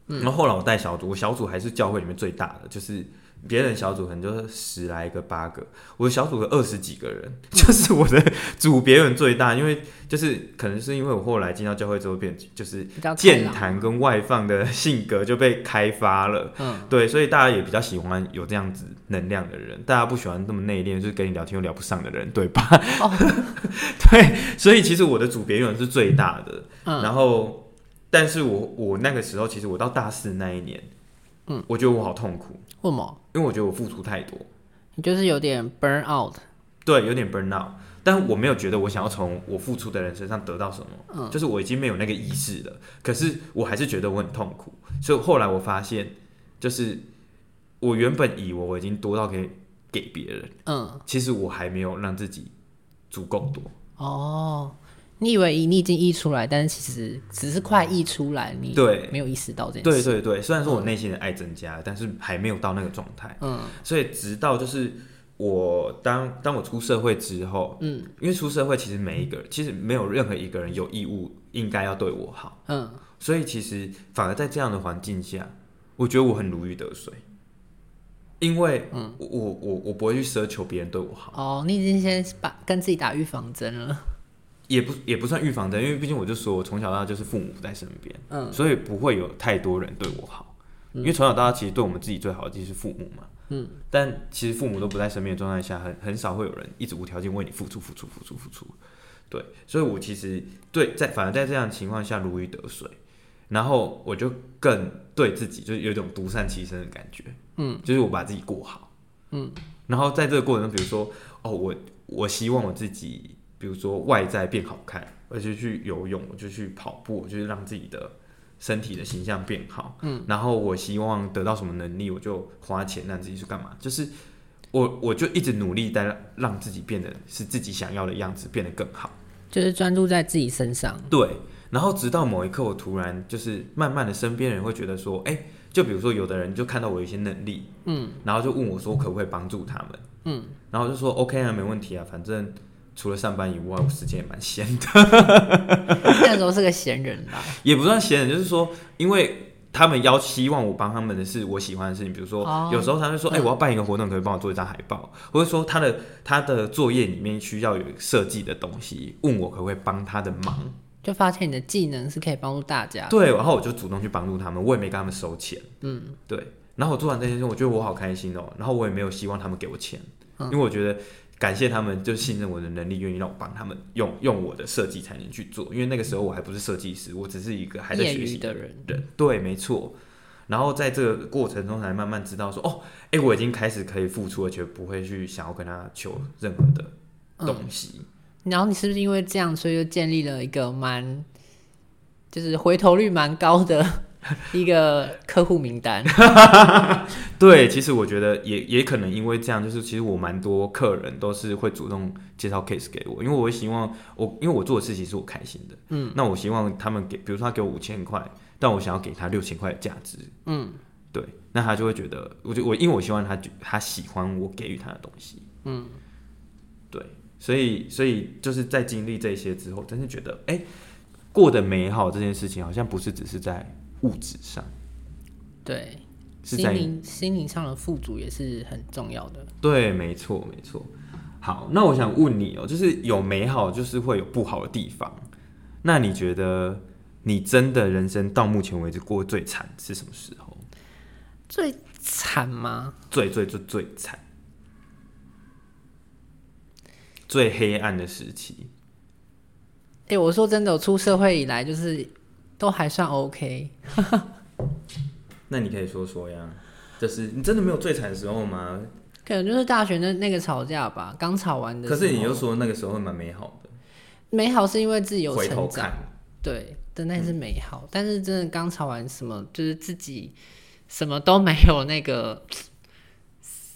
Speaker 2: 嗯
Speaker 1: 然后后来我带小组，我小组还是教会里面最大的，就是别人小组可能就是十来个、八个，我的小组有二十几个人， 就是我的组别人最大，因为就是可能是因为我后来进到教会之后变，就是
Speaker 2: 比较开
Speaker 1: 健
Speaker 2: 朗
Speaker 1: 谈跟外放的性格就被开发了。
Speaker 2: 嗯，
Speaker 1: 对，所以大家也比较喜欢有这样子能量的人，大家不喜欢那么内敛，就是跟你聊天又聊不上的人，对吧？
Speaker 2: 哦
Speaker 1: 对，所以其实我的组别永远是最大的。
Speaker 2: 嗯
Speaker 1: 然后，但是我我那个时候，其实我到大四那一年，嗯，我觉得我好痛苦，
Speaker 2: 为什么？
Speaker 1: 因为我觉得我付出太多，
Speaker 2: 你就是有点 burn out。
Speaker 1: 对，有点 burn out，但我没有觉得我想要从我付出的人身上得到什么，
Speaker 2: 嗯
Speaker 1: 就是我已经没有那个意识了。可是我还是觉得我很痛苦，所以后来我发现，就是我原本以为我已经多到可以给别人，
Speaker 2: 嗯，
Speaker 1: 其实我还没有让自己足够多。
Speaker 2: 哦，你以为你已经溢出来，但是其实只是快溢出来，你
Speaker 1: 对
Speaker 2: 没有意识到这件
Speaker 1: 对
Speaker 2: 事。
Speaker 1: 对对，虽然说我内心的爱增加了，但是还没有到那个状态。
Speaker 2: 嗯
Speaker 1: 所以直到就是我当当我出社会之后，
Speaker 2: 嗯
Speaker 1: 因为出社会其实每一个其实没有任何一个人有义务应该要对我好，
Speaker 2: 嗯，
Speaker 1: 所以其实反而在这样的环境下，我觉得我很如鱼得水，因为我我我我不会去奢求别人对我好，
Speaker 2: 哦，你已经先把跟自己打预防针了。
Speaker 1: 也不也不算预防针，因为毕竟我就说我从小到大就是父母在身边，
Speaker 2: 嗯
Speaker 1: 所以不会有太多人对我好，因为从小到大其实对我们自己最好的就是父母嘛。
Speaker 2: 嗯，
Speaker 1: 但其实父母都不在身边的状态下，很很少会有人一直无条件为你付出、付出、付出、付出。对，所以我其实对在反而在这样的情况下如鱼得水，然后我就更对自己就是有一种独善其身的感觉。
Speaker 2: 嗯，
Speaker 1: 就是我把自己过好。
Speaker 2: 嗯，
Speaker 1: 然后在这个过程中，比如说哦，我我希望我自己，比如说外在变好看，我就去游泳，我就去跑步，我就是让自己的身体的形象变好。
Speaker 2: 嗯，
Speaker 1: 然后我希望得到什么能力，我就花钱让自己去干嘛，就是。我我就一直努力在让让自己变得是自己想要的样子，变得更好。
Speaker 2: 就是专注在自己 身上。
Speaker 1: 对，然后直到某一刻，我突然就是慢慢的，身边人会觉得说，哎、就比如说有的人就看到我有一些能力，
Speaker 2: 嗯
Speaker 1: 然后就问我说可不可以帮助他们，
Speaker 2: 嗯，
Speaker 1: 然后我就说 OK 啊，没问题啊，反正除了上班以外，我时间也蛮闲的，
Speaker 2: 那时候是个闲人啦。
Speaker 1: 也不算闲人，就是说，因为他们要希望我帮他们的是我喜欢的事情，比如说、
Speaker 2: 哦
Speaker 1: 有时候他们说，哎、
Speaker 2: 嗯
Speaker 1: 我要办一个活动，可不可以帮我做一张海报，或者说他的他的作业里面需要有设计的东西，问我可不可以帮他的忙，
Speaker 2: 就发现你的技能是可以帮助大家。
Speaker 1: 对，然后我就主动去帮助他们，我也没跟他们收钱。
Speaker 2: 嗯，
Speaker 1: 对，然后我做完这件事，我觉得我好开心哦、然后我也没有希望他们给我钱，
Speaker 2: 嗯
Speaker 1: 因为我觉得感谢他们，就信任我的能力，愿意让我帮他们用用我的设计才能去做。因为那个时候我还不是设计师，我只是一个还在
Speaker 2: 业
Speaker 1: 学
Speaker 2: 余
Speaker 1: 习
Speaker 2: 的人。
Speaker 1: 人。对，没错。然后在这个过程中才慢慢知道说，哦，哎，我已经开始可以付出，而且不会去想要跟他求任何的
Speaker 2: 嗯
Speaker 1: 东西。
Speaker 2: 然后你是不是因为这样，所以就建立了一个蛮，就是回头率蛮 高的一个客户名单？
Speaker 1: 对，其实我觉得也也可能因为这样，就是其实我蛮多客人都是会主动介绍 case 给我，因为我会希望我因为我做的事情是我开心的，嗯，那我希望他们给，比如说他给我五千块，但我想要给他六千块的价值，
Speaker 2: 嗯
Speaker 1: 对，那他就会觉得，我就我因为我希望他觉他喜欢我给予他的东西，
Speaker 2: 嗯，
Speaker 1: 对，所以所以就是在经历这些之后，真是觉得哎、过得美好这件事情好像不是只是在物质上，
Speaker 2: 对，
Speaker 1: 是
Speaker 2: 心
Speaker 1: 在
Speaker 2: 灵心灵上的富足也是很重要的。
Speaker 1: 对，没错，没错。好，那我想问你哦、就是有美好，就是会有不好的地方。那你觉得你真的人生到目前为止过最惨是什么时候？
Speaker 2: 最惨吗？
Speaker 1: 最最最最惨，最黑暗的时期。
Speaker 2: 哎、我说真的，我出社会以来就是都还算 OK。
Speaker 1: 那你可以说说呀，就是你真的没有最惨的时候吗？
Speaker 2: 可能就是大学那那个吵架吧，刚吵完的时
Speaker 1: 可
Speaker 2: 候。
Speaker 1: 是你又说那个时候蛮美好的，
Speaker 2: 美好是因为自己有
Speaker 1: 回头
Speaker 2: 成长，
Speaker 1: 看，嗯
Speaker 2: 对，真的是美好。但是真的刚吵完什么，就是自己什么都没有那个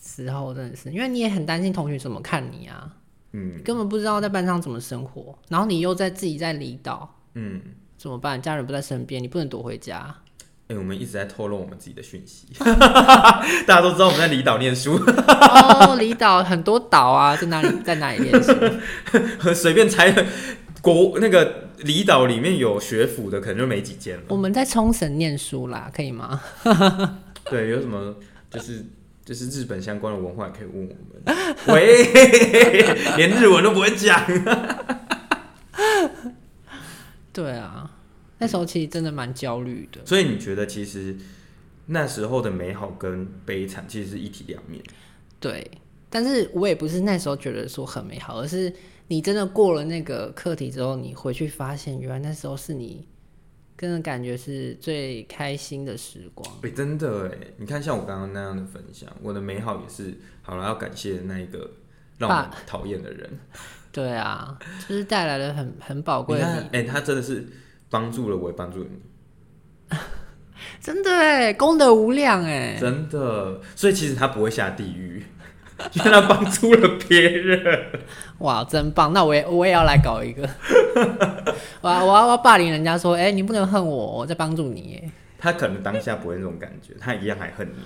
Speaker 2: 时候，真的是，因为你也很担心同学怎么看你啊，
Speaker 1: 嗯
Speaker 2: 你根本不知道在班上怎么生活，然后你又在自己在离岛
Speaker 1: 嗯。
Speaker 2: 怎么办？家人不在身边，你不能躲回家。
Speaker 1: 哎、我们一直在透露我们自己的讯 息，大家都知道我们在离岛念书，
Speaker 2: 哦，离岛很多岛啊，在哪里在哪里 练习？
Speaker 1: 随便猜的国那个离岛里面有学府的，可能就没几间了。
Speaker 2: 我们在冲绳念书啦，可以吗？
Speaker 1: 对，有什么就是就是日本相关的文化也可以问我们。喂，连日文都不会讲。
Speaker 2: 对啊，那时候其实真的蛮焦虑的。
Speaker 1: 所以你觉得其实那时候的美好跟悲惨其实是一体两面。
Speaker 2: 对，但是我也不是那时候觉得说很美好，而是你真的过了那个课题之后，你回去发现，原来那时候是你跟人感觉是最开心的时光。
Speaker 1: 哎、真的哎，你看像我刚刚那样的分享，我的美好也是好了，要感谢那一个让我讨厌的人。
Speaker 2: 对啊，就是带来了很很宝
Speaker 1: 你
Speaker 2: 贵
Speaker 1: 看
Speaker 2: 的，
Speaker 1: 哎、他真的是帮助了我，也帮助了你，
Speaker 2: 真的哎，功德无量哎。
Speaker 1: 真的。所以其实他不会下地狱， 因为他帮助了别人。
Speaker 2: 哇，真棒！那我也我也要来搞一个， 我要我要我要霸凌人家说，哎、你不能恨我，我在帮助你耶。
Speaker 1: 他可能当下不会那种感觉，他一样还恨你，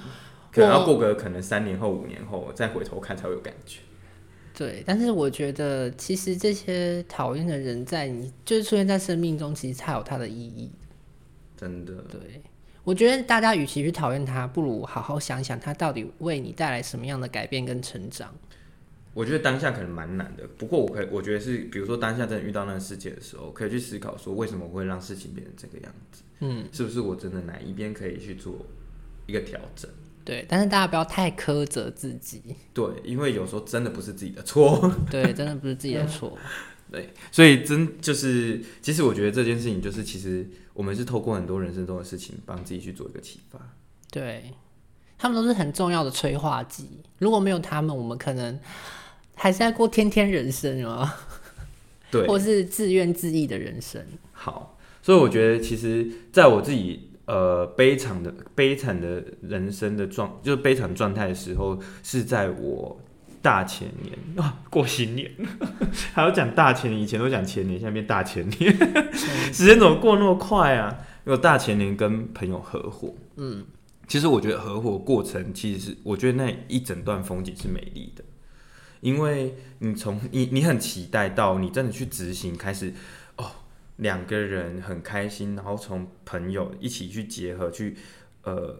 Speaker 1: 可能要过个可能三年后、五年后再回头看才会有感觉。
Speaker 2: 对，但是我觉得其实这些讨厌的人在你就是出现在生命中，其实它有它的意义。
Speaker 1: 真的，
Speaker 2: 对，我觉得大家与其去讨厌他，不如好好想想他到底为你带来什么样的改变跟成长。
Speaker 1: 我觉得当下可能蛮难的，不过我可以，我觉得是，比如说当下真的遇到那个事情的时候，可以去思考说，为什么会让事情变成这个样子？
Speaker 2: 嗯，
Speaker 1: 是不是我真的哪一边可以去做一个调整？
Speaker 2: 对，但是大家不要太苛责自己，
Speaker 1: 对，因为有时候真的不是自己的错，
Speaker 2: 对，真的不是自己的错。
Speaker 1: 对，所以真就是，其实我觉得这件事情就是，其实我们是透过很多人生中的事情，帮自己去做一个启发。
Speaker 2: 对，他们都是很重要的催化剂。如果没有他们，我们可能还是在过天天人生啊，
Speaker 1: 对，
Speaker 2: 或是自怨自艾的人生。
Speaker 1: 好，所以我觉得其实在我自己呃悲惨的悲惨的人生的状，就是悲惨状态的时候，是在我大前年啊，过新年 还要讲大前年，以前都讲前年，现在变大前年，时间怎么过那么快啊？因为我大前年跟朋友合伙，嗯，其实我觉得合伙过程，其实是我觉得那一整段风景是美丽的。因为你从你你很期待到你真的去执行，开始两个人很开心，然后从朋友一起去结合去呃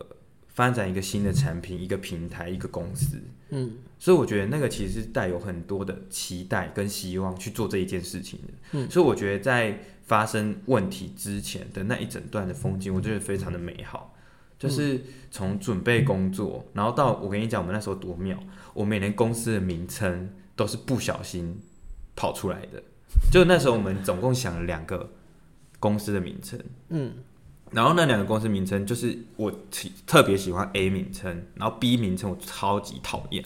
Speaker 1: 发展一个新的产品、一个平台、一个公司。
Speaker 2: 嗯
Speaker 1: 所以我觉得那个其实是带有很多的期待跟希望去做这一件事情的。
Speaker 2: 嗯
Speaker 1: 所以我觉得在发生问题之前的那一整段的风景，我觉得非常的美好。就是从准备工作，然后到我跟你讲，我们那时候多妙，我们连公司的名称都是不小心跑出来的。就那时候我们总共想了两个公司的名称，
Speaker 2: 嗯，
Speaker 1: 然后那两个公司名称就是我喜特别喜欢 A 名称，然后 B 名称我超级讨厌。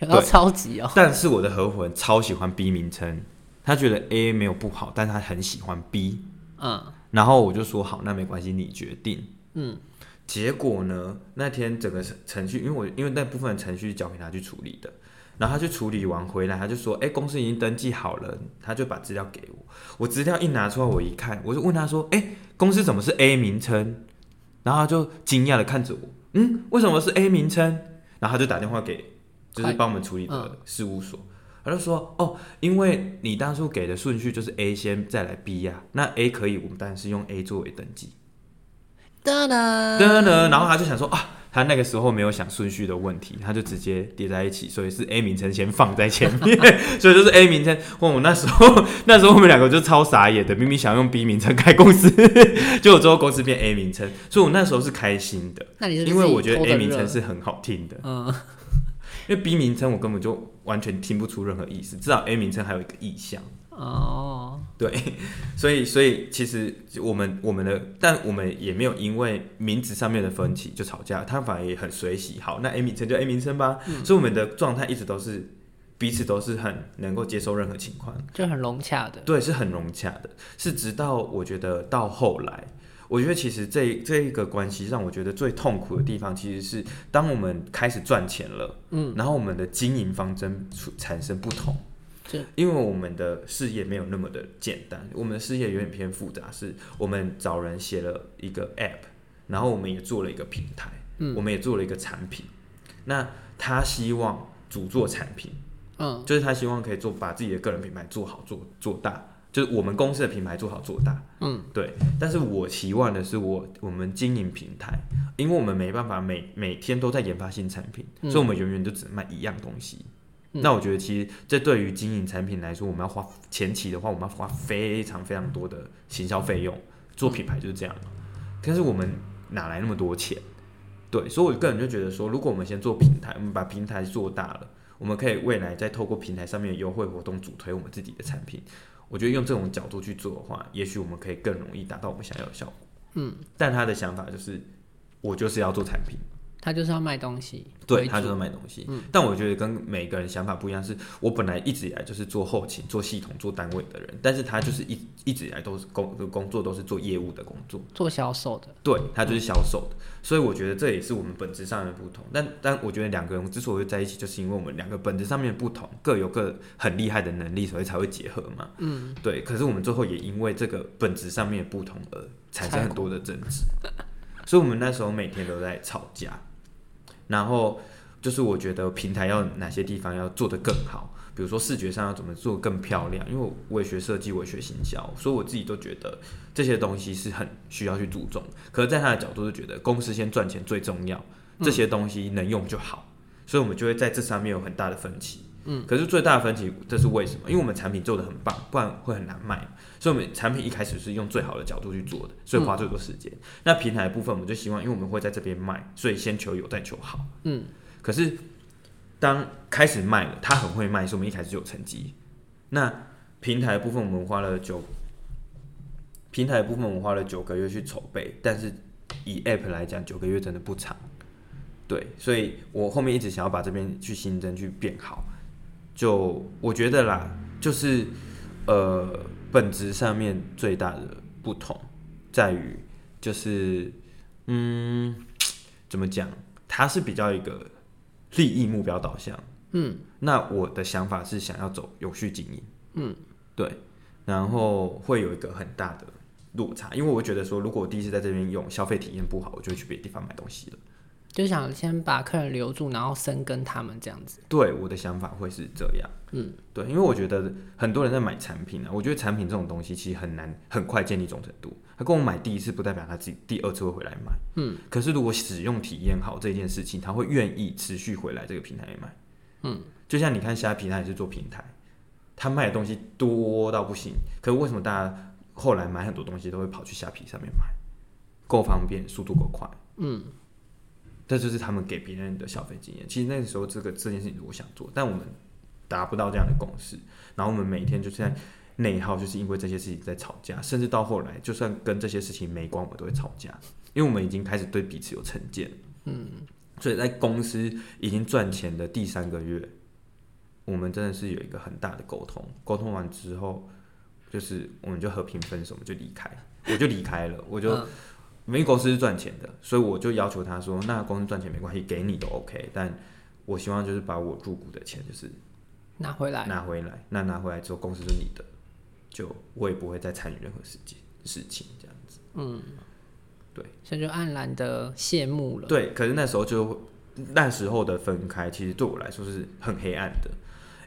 Speaker 2: 有到
Speaker 1: 对
Speaker 2: 超级哦，
Speaker 1: 但是我的合伙人超喜欢 B 名称，他觉得 A 没有不好，但是他很喜欢 B。
Speaker 2: 嗯
Speaker 1: 然后我就说好，那没关系，你决定。
Speaker 2: 嗯
Speaker 1: 结果呢，那天整个程程序，因为我因为那部分程序交给他去处理的，然后他去处理完回来，他就说，哎、公司已经登记好了，他就把资料给我。我资料一拿出来，我一看，我就问他说，哎、公司怎么是 A 名称？然后他就惊讶的看着我，嗯，为什么是 A 名称？然后他就打电话给，就是
Speaker 2: 快嗯
Speaker 1: 帮我们处理的事务所，他就说，哦，因为你当初给的顺序就是 A 先，再来 B 呀、那 A 可以，我们当然是用 A 作为登记。
Speaker 2: 噔噔，
Speaker 1: 噔噔，然后他就想说啊，他那个时候没有想顺序的问题，他就直接叠在一起，所以是 A 名称先放在前面， 所以就是 A 名称。哇我那时候 那时候我们两个就超傻眼的，明明想用 B 名称开公司， 结果最后公司变 A 名称，所以我那时候是开心的，
Speaker 2: 那你是不是
Speaker 1: 因为
Speaker 2: 自己
Speaker 1: 我觉得
Speaker 2: 偷
Speaker 1: A
Speaker 2: 的
Speaker 1: 名称
Speaker 2: 热
Speaker 1: 是很好听的，
Speaker 2: 嗯
Speaker 1: 因为 B 名称我根本就完全听不出任何意思，至少 A 名称还有一个意象。
Speaker 2: 哦，
Speaker 1: 对，所以所以其实我们我们的，但我们也没有因为名字上面的分歧就吵架，他反而也很随喜。好，那 A 名称就 A 名称吧，所以我们的状态一直都是彼此都是很能够接受任何情况，
Speaker 2: 就很融洽的，
Speaker 1: 对，是很融洽的。是直到我觉得到后来，我觉得其实这这一个关系让我觉得最痛苦的地方，其实是当我们开始赚钱了，
Speaker 2: 嗯，
Speaker 1: 然后我们的经营方针出产生不同
Speaker 2: 这。
Speaker 1: 因为我们的事业没有那么的简单，我们的事业有点偏复杂，是我们找人写了一个 app，然后我们也做了一个平台，
Speaker 2: 嗯
Speaker 1: 我们也做了一个产品。那他希望主做产品，
Speaker 2: 嗯
Speaker 1: 就是他希望可以做把自己的个人品牌做好做做大，就是我们公司的品牌做好做大。
Speaker 2: 嗯，
Speaker 1: 对。但是我期望的是我我们经营平台，因为我们没办法每每天都在研发新产品，
Speaker 2: 嗯
Speaker 1: 所以我们永远就只卖一样东西。
Speaker 2: 嗯
Speaker 1: 那我觉得其实这对于经营产品来说，我们要花前期的话，我们要花非常非常多的行销费用，做品牌就是这样。啊但是我们哪来那么多钱？对，所以我个人就觉得说，如果我们先做平台，我们把平台做大了，我们可以未来再透过平台上面的优惠活动主推我们自己的产品，我觉得用这种角度去做的话，也许我们可以更容易达到我们想要的效果。嗯，但他的想法就是，我就是要做产品，
Speaker 2: 他就是要卖东西为
Speaker 1: 对嗯
Speaker 2: 主，
Speaker 1: 他就是卖东西。但我觉得跟每个人想法不一样是，我本来一直以来就是做后勤、做系统、做单位的人，但是他就是一一直以来都是工工作都是做业务的工作。
Speaker 2: 做销售的，
Speaker 1: 对，它就是销售的，所以我觉得这也是我们本质上的不同。但但我觉得两个人之所以会在一起，就是因为我们两个本质上面的不同，各有各很厉害的能力，所以才会结合嘛。嗯，对。可是我们最后也因为这个本质上面的不同而产生很多的争执，所以我们那时候每天都在吵架。然后就是我觉得平台要哪些地方要做得更好，比如说视觉上要怎么做更漂亮，因为我我也学设计，我也学行销，所以我自己都觉得这些东西是很需要去注重。可是，在他的角度就觉得公司先赚钱最重要，这些东西能用就好，所以我们就会在这上面有很大的分歧。嗯，可是最大的分歧，这是为什么？因为我们产品做的很棒，不然会很难卖。所以我们产品一开始是用最好的角度去做的，所以花最多时间。那平台的部分，我们就希望，因为我们会在这边卖，所以先求有，再求好。
Speaker 2: 嗯，
Speaker 1: 可是当开始卖了，他很会卖，所以我们一开始就有成绩。那平台的部分，我们花了九，平台的部分我们花了九个月去筹备，但是以 App 来讲，九个月真的不长。对，所以我后面一直想要把这边去新增去变好。就我觉得啦，就是呃，本质上面最大的不同在于，就是嗯，怎么讲？它是比较一个利益目标导向。嗯，那我的想法是想要走永续经营。嗯，对，然后会有一个很大的落差，因为我觉得说，如果我第一次在这边用，消费体验不好，我就会去别的地方买东西了。
Speaker 2: 就想先把客人留住，然后深耕他们这样子。
Speaker 1: 对我的想法会是这样，嗯，对，因为我觉得很多人在买产品啊，我觉得产品这种东西其实很难很快建立忠诚度。他跟我买第一次，不代表他自己第二次会回来买，嗯。可是如果使用体验好这件事情，他会愿意持续回来这个平台买，嗯。就像你看，现在平台也是做平台，他卖的东西多到不行，可是为什么大家后来买很多东西都会跑去虾皮上面买？够方便，速度够快，这就是他们给别人的消费经验。其实那个时候，这个这件事情我想做，但我们达不到这样的共识。然后我们每天就是在内耗，就是因为这些事情在吵架，甚至到后来，就算跟这些事情没关，我们都会吵架，因为我们已经开始对彼此有成见。嗯，所以在公司已经赚钱的第三个月，我们真的是有一个很大的沟通。沟通完之后，就是我们就和平分手，我们就离开，我就离开了，我就
Speaker 2: 嗯
Speaker 1: 因为公司是赚钱的，所以我就要求他说，那公司赚钱没关系，给你都 OK，但我希望就是把我入股的钱就是
Speaker 2: 拿回来，
Speaker 1: 拿回来，那拿回来之后公司是你的，就我也不会再参与任何事情事情这样子。
Speaker 2: 所以就黯然的谢幕了。
Speaker 1: 对，可是那时候就那时候的分开，其实对我来说是很黑暗的，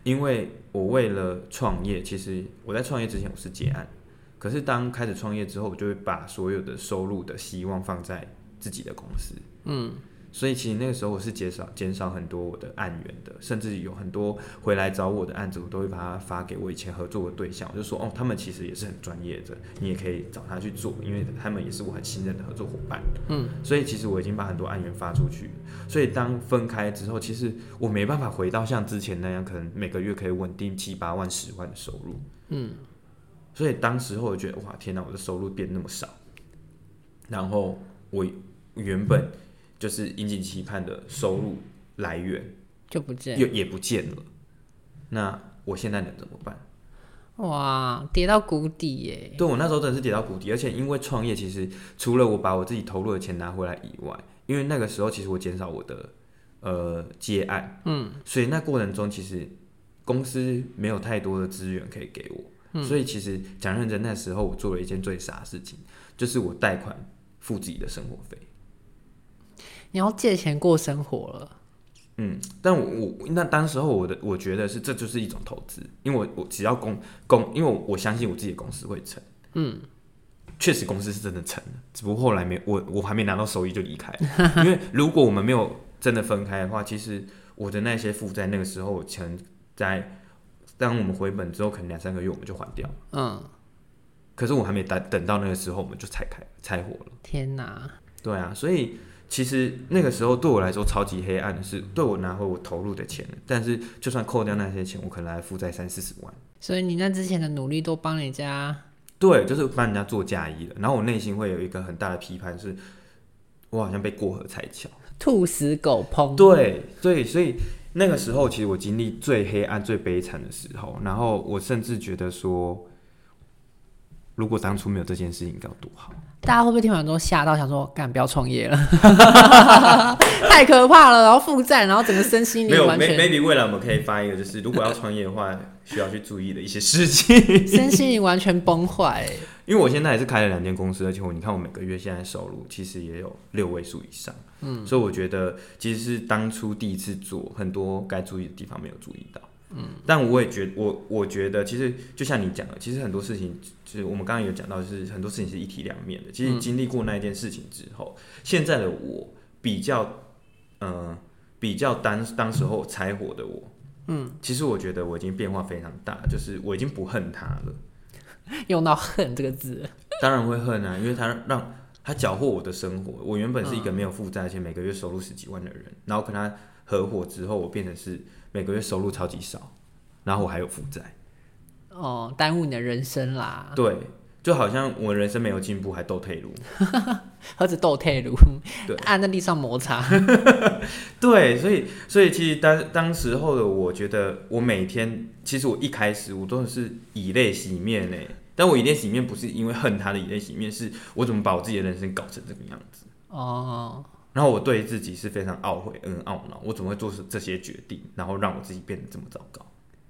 Speaker 1: 因为我为了创业，其实我在创业之前我是接案，可是当开始创业之后，我就会把所有的收入的希望放在自己的公司。
Speaker 2: 嗯，
Speaker 1: 所以其实那个时候我是减少减少很多我的案源的，甚至有很多回来找我的案子，我都会把它发给我以前合作的对象，我就说哦，他们其实也是很专业的，你也可以找他去做，因为他们也是我很信任的合作伙伴。
Speaker 2: 嗯，
Speaker 1: 所以其实我已经把很多案源发出去，所以当分开之后，其实我没办法回到像之前那样，可能每个月可以稳定七八万、十万的收入。
Speaker 2: 嗯，
Speaker 1: 所以当时候我觉得哇，天哪，我的收入变那么少，然后我原本就是引颈期盼的收入来源
Speaker 2: 就不见
Speaker 1: 也也不见了，那我现在能怎么办？
Speaker 2: 哇，跌到谷底耶。
Speaker 1: 对我那时候真的是跌到谷底，而且因为创业，其实除了我把我自己投入的钱拿回来以外，因为那个时候其实我减少我的呃接案，嗯，所以那过程中其实公司没有太多的资源可以给我，所以其实讲认真，那时候我做了一件最傻的事情，就是我贷款付自己的生活费。
Speaker 2: 你要借钱过生活了，
Speaker 1: 嗯，但我我那当时候我的我觉得是这就是一种投资，因为我我只要公公，因为我我相信我自己的公司会成，嗯，确实公司是真的成了，只不过后来没我我还没拿到收益就离开了因为如果我们没有真的分开的话，其实我的那些负债那个时候我钱在，当我们回本之后，可能两三个月我们就还掉，
Speaker 2: 嗯，
Speaker 1: 可是我还没等等到那个时候，我们就拆开拆伙了。
Speaker 2: 天哪，
Speaker 1: 对啊，所以其实那个时候对我来说超级黑暗的是，对我拿回我投入的钱，但是就算扣掉那些钱，我可能还负债三四十万。
Speaker 2: 所以你那之前的努力都帮人家，
Speaker 1: 对，就是帮人家做嫁衣了。然后我内心会有一个很大的批判是，我好像被过河拆桥。
Speaker 2: 兔死狗烹。
Speaker 1: 对，对，所以那个时候其实我经历最黑暗、最悲惨的时候，然后我甚至觉得说，如果当初没有这件事情该有多好。
Speaker 2: 大家会不会听完之后吓到，想说干不要创业了， 太可怕了，然后负债，然后整个身心
Speaker 1: 没
Speaker 2: 灵
Speaker 1: 有
Speaker 2: 完
Speaker 1: ，may
Speaker 2: 全
Speaker 1: maybe 未来我们可以发一个，就是如果要创业的话，需要去注意的一些事情。
Speaker 2: 身心灵完全崩坏。
Speaker 1: 因为我现在也是开了两间公司，而且我你看我每个月现在收入其实也有六位数以上，嗯，所以我觉得其实是当初第一次做，很多该注意的地方没有注意到，嗯，但我也觉我我觉得其实就像你讲的，其实很多事情就是我们刚刚有讲到，就是很多事情是一体两面的。其实经历过那一件事情之后，现在的我比较，呃，比较当当时候柴火的我，嗯，其实我觉得我已经变化非常大，就是我已经不恨他了。
Speaker 2: 用到“恨”这个字，
Speaker 1: 当然会恨啊，因为他让他缴获我的生活。我原本是一个没有负债，而且每个月收入十几万的人，然后跟他合伙之后，我变成是每个月收入超级少，然后我还有负债。
Speaker 2: 哦，耽误你的人生啦，
Speaker 1: 对，就好像我人生没有进步，还斗退路。
Speaker 2: 何止斗退路
Speaker 1: 对，
Speaker 2: 按在地上摩擦。
Speaker 1: 对，所以所以其实当当时候的我觉得，我每天其实我一开始我都是以泪洗面嘞，但我以泪洗面不是因为恨他的以泪洗面，是我怎么把我自己的人生搞成这个样子。
Speaker 2: 哦，
Speaker 1: 然后我对自己是非常懊悔跟懊恼，我怎么会做出这些决定，然后让我自己变得这么糟糕？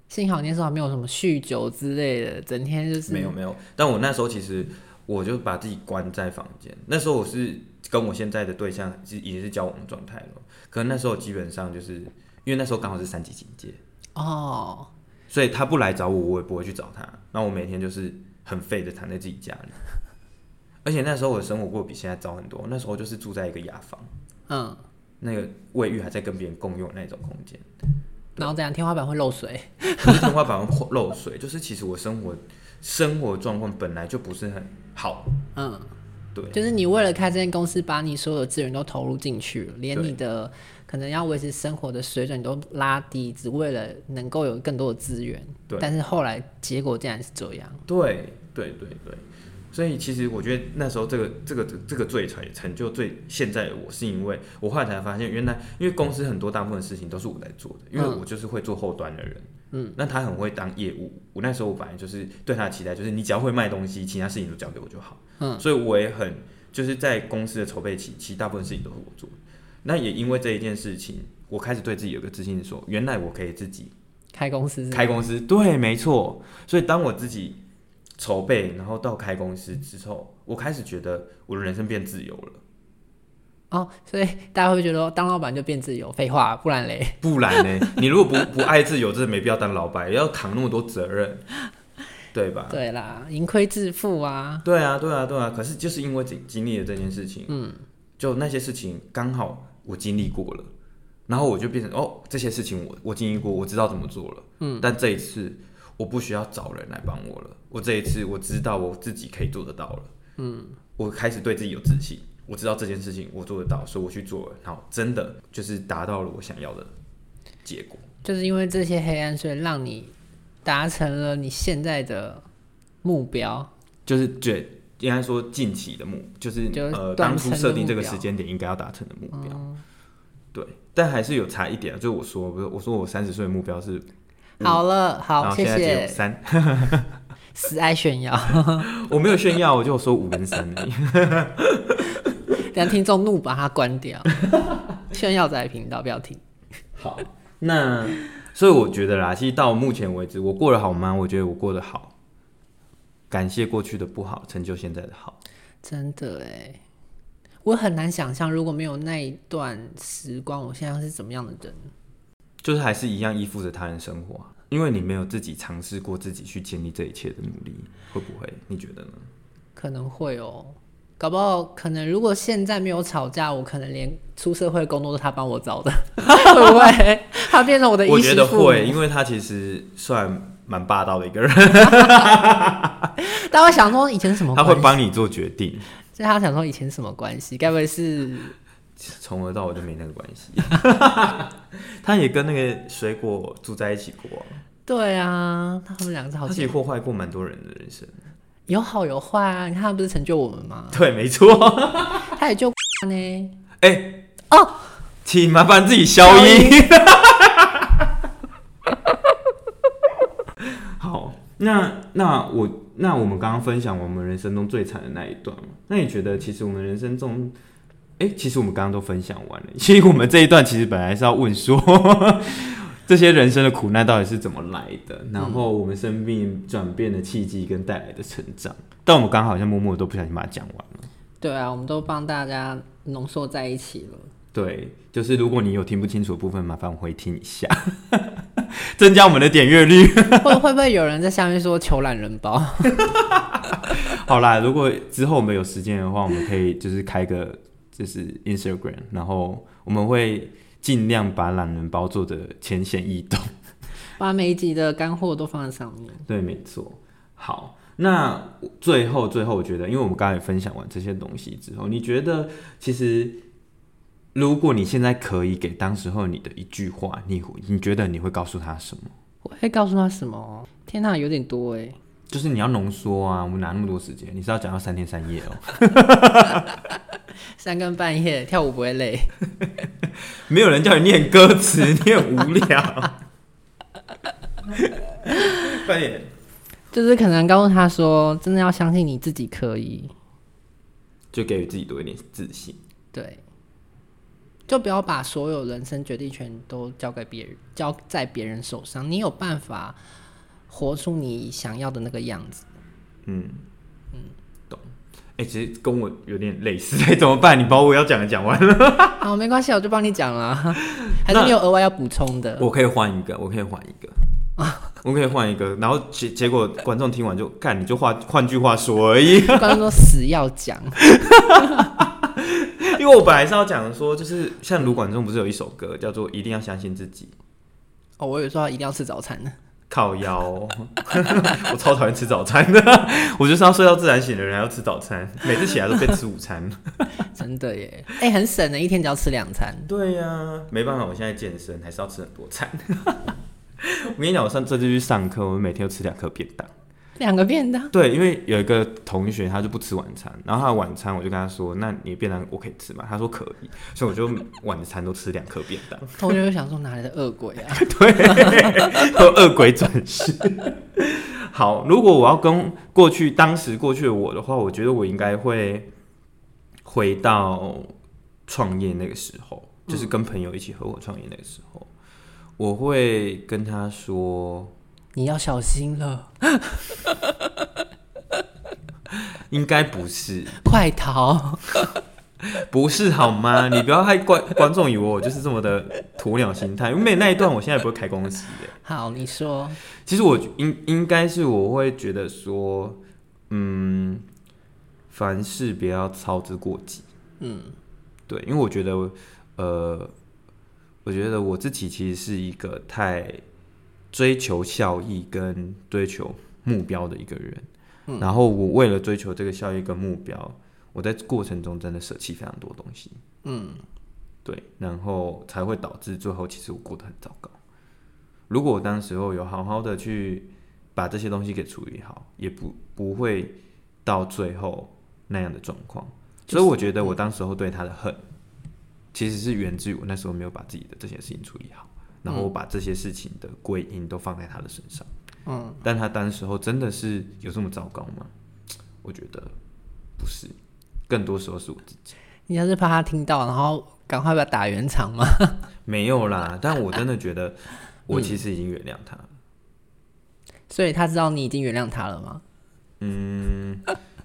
Speaker 2: 幸好那时候还没有什么酗酒之类的，整天就是
Speaker 1: 没有没有，但我那时候其实我就把自己关在房间。那时候我是跟我现在的对象是已经是交往状态了，可能那时候基本上就是因为那时候刚好是三级警戒，
Speaker 2: 哦，
Speaker 1: 所以他不来找我，我也不会去找他。那我每天就是很废的躺在自己家里， 而且那时候我的生活过得比现在糟很多。那时候就是住在一个雅房，
Speaker 2: 嗯，
Speaker 1: 那个卫浴还在跟别人共用那种空间。
Speaker 2: 然后这样天花板会漏水，
Speaker 1: 不是天花板会漏水， 就是其实我生活生活状况本来就不是很好，
Speaker 2: 嗯，
Speaker 1: 对
Speaker 2: 就是你为了开这间公司，把你所有的资源都投入进去了，连
Speaker 1: 对
Speaker 2: 你的可能要维持生活的水准你都拉低，只为了能够有更多的资源。
Speaker 1: 对
Speaker 2: 但是后来结果竟然是这样，
Speaker 1: 对对对对，所以其实我觉得那时候这个这个这个最成成就最现在的我，是因为我后来才发现，原来因为公司很多大部分事情都是我在做的，因为
Speaker 2: 嗯
Speaker 1: 我就是会做后端的人，嗯，那他很会当业务，我那时候我本来就是对他的期待就是你只要会卖东西，其他事情都交给我就好，
Speaker 2: 嗯，
Speaker 1: 所以我也很就是在公司的筹备期，其实大部分事情都是我做的，那也因为这一件事情。我开始对自己有个自信说原来我可以自己
Speaker 2: 开公司是
Speaker 1: 开公司，对，没错。所以当我自己筹备，然后到开公司之后，我开始觉得我的人生变自由了。
Speaker 2: 哦，所以大家会觉得说当老板就变自由，废话，不然嘞，
Speaker 1: 不然呢，你如果不不爱自由，真的没必要当老板，要扛那么多责任，对吧？
Speaker 2: 对啦，盈亏自负啊，
Speaker 1: 对啊，对啊，对啊。可是就是因为经经历了这件事情，嗯，就那些事情刚好我经历过了，然后我就变成哦，这些事情我我经历过，我知道怎么做了，嗯。但这一次我不需要找人来帮我了，我这一次我知道我自己可以做得到了，嗯。我开始对自己有自信，我知道这件事情我做得到，所以我去做了，然后真的就是达到了我想要的结果。
Speaker 2: 就是因为这些黑暗，所以让你达成了你现在的目标。
Speaker 1: 就是觉应该说近期的目，就是
Speaker 2: 就是
Speaker 1: 呃
Speaker 2: 短
Speaker 1: 当初
Speaker 2: 程的
Speaker 1: 设定
Speaker 2: 目
Speaker 1: 这个
Speaker 2: 标哦
Speaker 1: 时间点应该要达成的目标。对，但还是有差一点啊，就是我说，不是我说我三十岁的目标是，嗯
Speaker 2: 好了，
Speaker 1: 然
Speaker 2: 好，
Speaker 1: 后
Speaker 2: 谢
Speaker 1: 现在只有
Speaker 2: 谢，
Speaker 1: 三，
Speaker 2: 死爱炫耀，
Speaker 1: 我没有炫耀，我就说五跟三 而已。
Speaker 2: 让听众怒把它关掉。炫耀仔频道不要停，
Speaker 1: 好，那所以我觉得啦，其实到目前为止，我过得好吗？我觉得我过得好，感谢过去的不好，成就现在的好。
Speaker 2: 真的哎，我很难想象如果没有那一段时光，我现在是怎么样的人。
Speaker 1: 就是还是一样依附着他人生活啊，因为你没有自己尝试过自己去建立这一切的努力，会不会？你觉得呢？
Speaker 2: 可能会哦，搞不好可能如果现在没有吵架，我可能连出社会的工作都是他帮 我找的，会不会？他变成我的衣
Speaker 1: 我
Speaker 2: 食
Speaker 1: 觉得
Speaker 2: 父母
Speaker 1: 会，因为他其实算蛮霸道的一个人，
Speaker 2: 大哦家会想说以前是什 么
Speaker 1: 他
Speaker 2: 关
Speaker 1: 会
Speaker 2: 系？
Speaker 1: 帮你做决定。
Speaker 2: 所以他想说以前是什么关系？该不会是
Speaker 1: 从头到尾都没那个关 系。他也跟那个水果住在一起过、啊，
Speaker 2: 对啊，他们两个是好
Speaker 1: 他
Speaker 2: 姐
Speaker 1: 其实祸害过蛮多人的人生。
Speaker 2: 有好有坏啊！你看他不是成就我们吗？
Speaker 1: 对，没错。
Speaker 2: 他也 救呢。
Speaker 1: 哎、
Speaker 2: 哦，
Speaker 1: 请麻烦自己消音。 好，那那我那我们刚刚分享我们人生中最惨的那一段嘛，那你觉得其实我们人生中，哎、其实我们刚刚都分享完了， 其实我们这一段其实本来是要问说。 这些人生的苦难到底是怎么来的？然后我们生命转变的契机跟带来的成长，但我们刚刚好像默默地都不小心把它讲完了。
Speaker 2: 对啊，我们都帮大家浓缩在一起了。
Speaker 1: 对，就是如果你有听不清楚的部分，麻烦回听一下， 增加我们的点阅率。
Speaker 2: 会会不会有人在下面说求懒人包？
Speaker 1: 好啦，如果之后我们有时间的话，我们可以就是开个就是 Instagram，然后我们会尽量把懒人包做的浅显易懂。
Speaker 2: 把每一集的干货都放在上面。
Speaker 1: 对，没错。好，那最后最后，我觉得，因为我们刚才也分享完这些东西之后，你觉得其实，如果你现在可以给当时候你的一句话，你你觉得你会告诉他什么？
Speaker 2: 我会告诉他什么？天哪，有点多哎。
Speaker 1: 就是你要浓缩啊，我们哪那么多时间？你是要讲到三天三夜哦、
Speaker 2: 三更半夜跳舞不会累。
Speaker 1: 没有人叫你念歌词，你很无聊。 快点，
Speaker 2: 就是可能告诉他说，真的要相信你自己可以，
Speaker 1: 就给予自己多一点自信。
Speaker 2: 对，就不要把所有人生决定权都交给别人，交在别人手上。你有办法活出你想要的那个样子。
Speaker 1: 嗯懂。哎、其实跟我有点类似，哎，怎么办？你把我要讲的讲完了，
Speaker 2: 好，没关系，我就帮你讲 了。还是你有额外要补充的？
Speaker 1: 我可以换一个，我可以换一个，我可以换一个。然后结结果观众听完就干，你就换换句话说而已。
Speaker 2: 观众说死要讲，
Speaker 1: 因为我本来是要讲说，就是像卢广仲不是有一首歌叫做《一定要相信自己》。
Speaker 2: 哦，我有说他一定要吃早餐呢。
Speaker 1: 靠腰、 哦，我超讨厌吃早餐的， 我就是要睡到自然醒的人，还要吃早餐，每次起来都被吃午餐。
Speaker 2: 真的耶，哎、很省的，一天只要吃两餐。
Speaker 1: 对呀、没办法，我现在健身还是要吃很多餐。 我跟你讲，我上这次去上课，我们每天都吃两颗便当。
Speaker 2: 两个便当，
Speaker 1: 对，因为有一个同学他就不吃晚餐，然后他的晚餐我就跟他说：“那你的便当我可以吃吗？”他说可以，所以我就晚餐都吃两颗便当。
Speaker 2: 同学就想说哪来的恶鬼啊？
Speaker 1: 对，和恶鬼转世。 好，如果我要跟过去当时过去的我的话，我觉得我应该会回到创业那个时候，就是跟朋友一起合伙创业那个时候，我会跟他说，
Speaker 2: 你要小心了，
Speaker 1: 应该不是，
Speaker 2: 快逃！
Speaker 1: 不是好吗？你不要害观观众以为我就是这么的鸵鸟心态，因为没有那一段我现在也不会开公司的。
Speaker 2: 好，你说。
Speaker 1: 其实我应应该是我会觉得说，嗯，凡事不要操之过急。
Speaker 2: 嗯，
Speaker 1: 对，因为我觉得，呃，我觉得我自己其实是一个太追求效益跟追求目标的一个人。然后我为了追求这个效益跟目标，我在过程中真的舍弃非常多东西。
Speaker 2: 嗯，
Speaker 1: 对，然后才会导致最后其实我过得很糟糕。如果我当时候有好好的去把这些东西给处理好，也不不会到最后那样的状况。所以我觉得我当时候对他的恨，其实是源自于我那时候没有把自己的这些事情处理好，然后我把这些事情的归因都放在他的身上。
Speaker 2: 嗯，
Speaker 1: 但他当时候真的是有这么糟糕吗？我觉得不是，更多时候是我自己。
Speaker 2: 你要是怕他听到，然后赶快把他打圆场嘛。
Speaker 1: 没有啦，但我真的觉得，我其实已经原谅他了。
Speaker 2: 所以他知道你已经原谅他了吗？
Speaker 1: 嗯，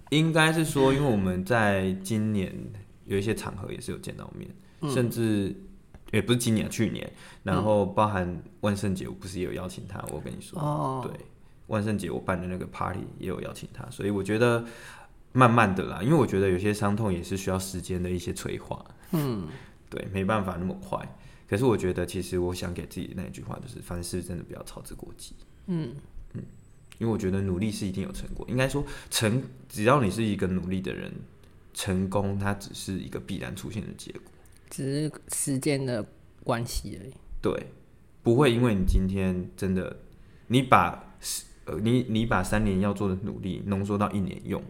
Speaker 1: 应该是说，因为我们在今年有一些场合也是有见到面，甚至也不是今年，去年，然后包含万圣节，我不是也有邀请他？我跟你说，
Speaker 2: 哦，
Speaker 1: 对，万圣节我办的那个 party 也有邀请他，所以我觉得慢慢的啦，因为我觉得有些伤痛也是需要时间的一些催化，嗯，对，没办法那么快。可是我觉得，其实我想给自己那一句话就是：凡事真的不要操之过急。嗯嗯，因为我觉得努力是一定有成果，应该说成，只要你是一个努力的人，成功它只是一个必然出现的结果。
Speaker 2: 只是时间的关系而已。
Speaker 1: 对，不会因为你今天真的你把呃你你把三年要做的努力浓缩到一年用，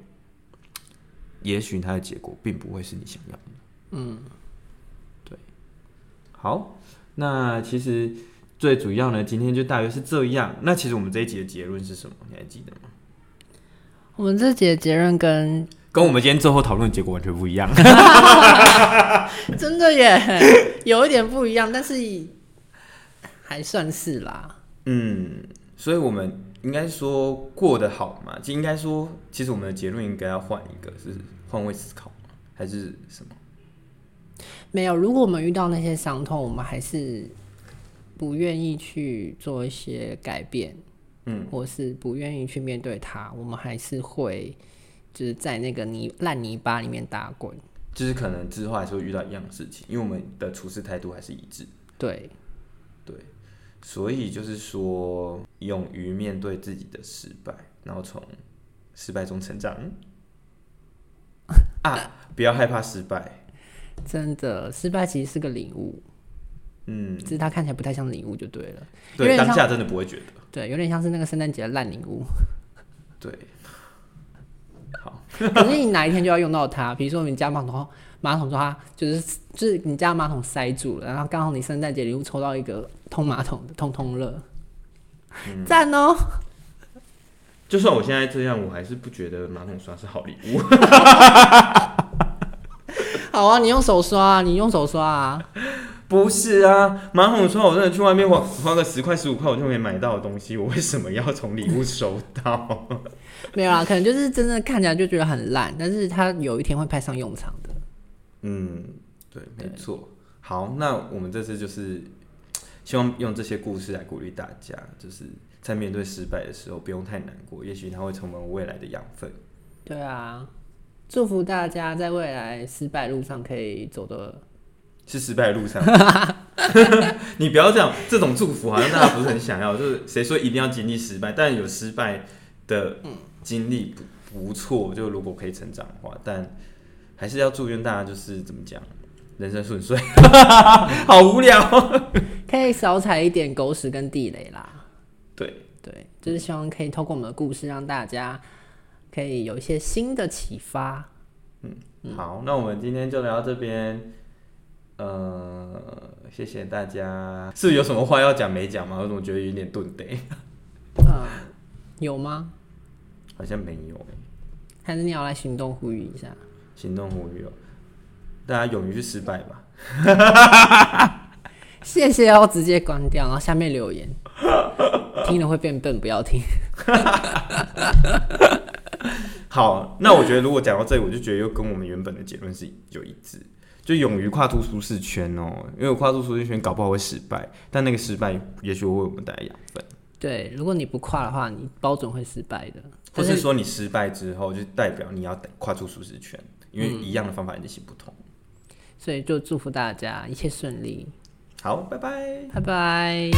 Speaker 1: 也许它的结果并不会是你想要的。
Speaker 2: 嗯，
Speaker 1: 对，好，那其实最主要呢，今天就大约是这样。那其实我们这一集的结论是什么？你还记得吗？
Speaker 2: 我们这集的结论跟
Speaker 1: 跟我们今天最后讨论的结果完全不一样。
Speaker 2: 真的耶有一点不一样，但是还算是啦。
Speaker 1: 嗯，所以我们应该说过得好嘛？就应该说，其实我们的结论应该要换一个，是换位思考吗还是什么？
Speaker 2: 没有，如果我们遇到那些伤痛，我们还是不愿意去做一些改变，
Speaker 1: 嗯，
Speaker 2: 或是不愿意去面对它，我们还是会就是在那个泥烂泥巴里面打滚。
Speaker 1: 就是可能之后还是会遇到一样的事情，因为我们的处事态度还是一致。
Speaker 2: 对，
Speaker 1: 对，所以就是说，勇于面对自己的失败，然后从失败中成 长。啊，不要害怕失败。
Speaker 2: 真的，失败其实是个礼物，
Speaker 1: 嗯，
Speaker 2: 只是它看起来不太像礼物就对了。有
Speaker 1: 对，
Speaker 2: 点像
Speaker 1: 当下真的不会觉得。
Speaker 2: 对，有点像是那个圣诞节的烂礼物，
Speaker 1: 对，好，
Speaker 2: 可是你哪一天就要用到它。比如说你家马桶马桶刷，就是就是你家马桶塞住了，然后刚好你圣诞节礼物抽到一个通马桶的通通乐，赞哦！
Speaker 1: 就算我现在这样，我还是不觉得马桶刷是好礼物。
Speaker 2: 好啊，你用手刷啊，你用手刷啊。
Speaker 1: 不是啊，马桶刷我真的去外面花花个十块十五块，我就没买到的东西，我为什么要从礼物收到？
Speaker 2: 没有啦，可能就是真的看起来就觉得很烂，但是它有一天会派上用场的。
Speaker 1: 嗯，对，没错。好，那我们这次就是希望用这些故事来鼓励大家，就是在面对失败的时候不用太难过，也许它会成为我未来的养分。
Speaker 2: 对啊，祝福大家在未来失败路上可以走的。
Speaker 1: 是失败的路上， 你不要这样，这种祝福好像大家不是很想要。 就是谁说一定要经历失败，但有失败的经历不不错，就如果可以成长的话，但还是要祝愿大家就是怎么讲，人生顺遂。 好无聊哦。
Speaker 2: 可以少踩一点狗屎跟地雷啦。
Speaker 1: 对。
Speaker 2: 对，就是希望可以透过我们的故事，让大家可以有一些新的启发。
Speaker 1: 好，那我们今天就聊到这边。呃，谢谢大家。是有什么话要讲没讲吗？我怎么觉得有点顿得？
Speaker 2: 嗯、有吗？
Speaker 1: 好像没有欸。
Speaker 2: 还是你要来行动呼吁一下？
Speaker 1: 行动呼吁哦，大家勇于去失败吧。
Speaker 2: 谢谢哦，直接关掉，然后下面留言，听了会变笨，不要听。
Speaker 1: 好，那我觉得如果讲到这里，我就觉得又跟我们原本的结论是有一致，就勇于跨出舒适圈哦。因为我跨出舒适圈，搞不好会失败，但那个失败也许会为我们带来养分，
Speaker 2: 对，如果你不跨的话，你包准会失败的。
Speaker 1: 或
Speaker 2: 但
Speaker 1: 是
Speaker 2: 是
Speaker 1: 说你失败之后，就代表你要跨出舒适圈，因为一样的方法你行不通。
Speaker 2: 所以就祝福大家一切顺利，
Speaker 1: 好，拜拜。
Speaker 2: 拜拜。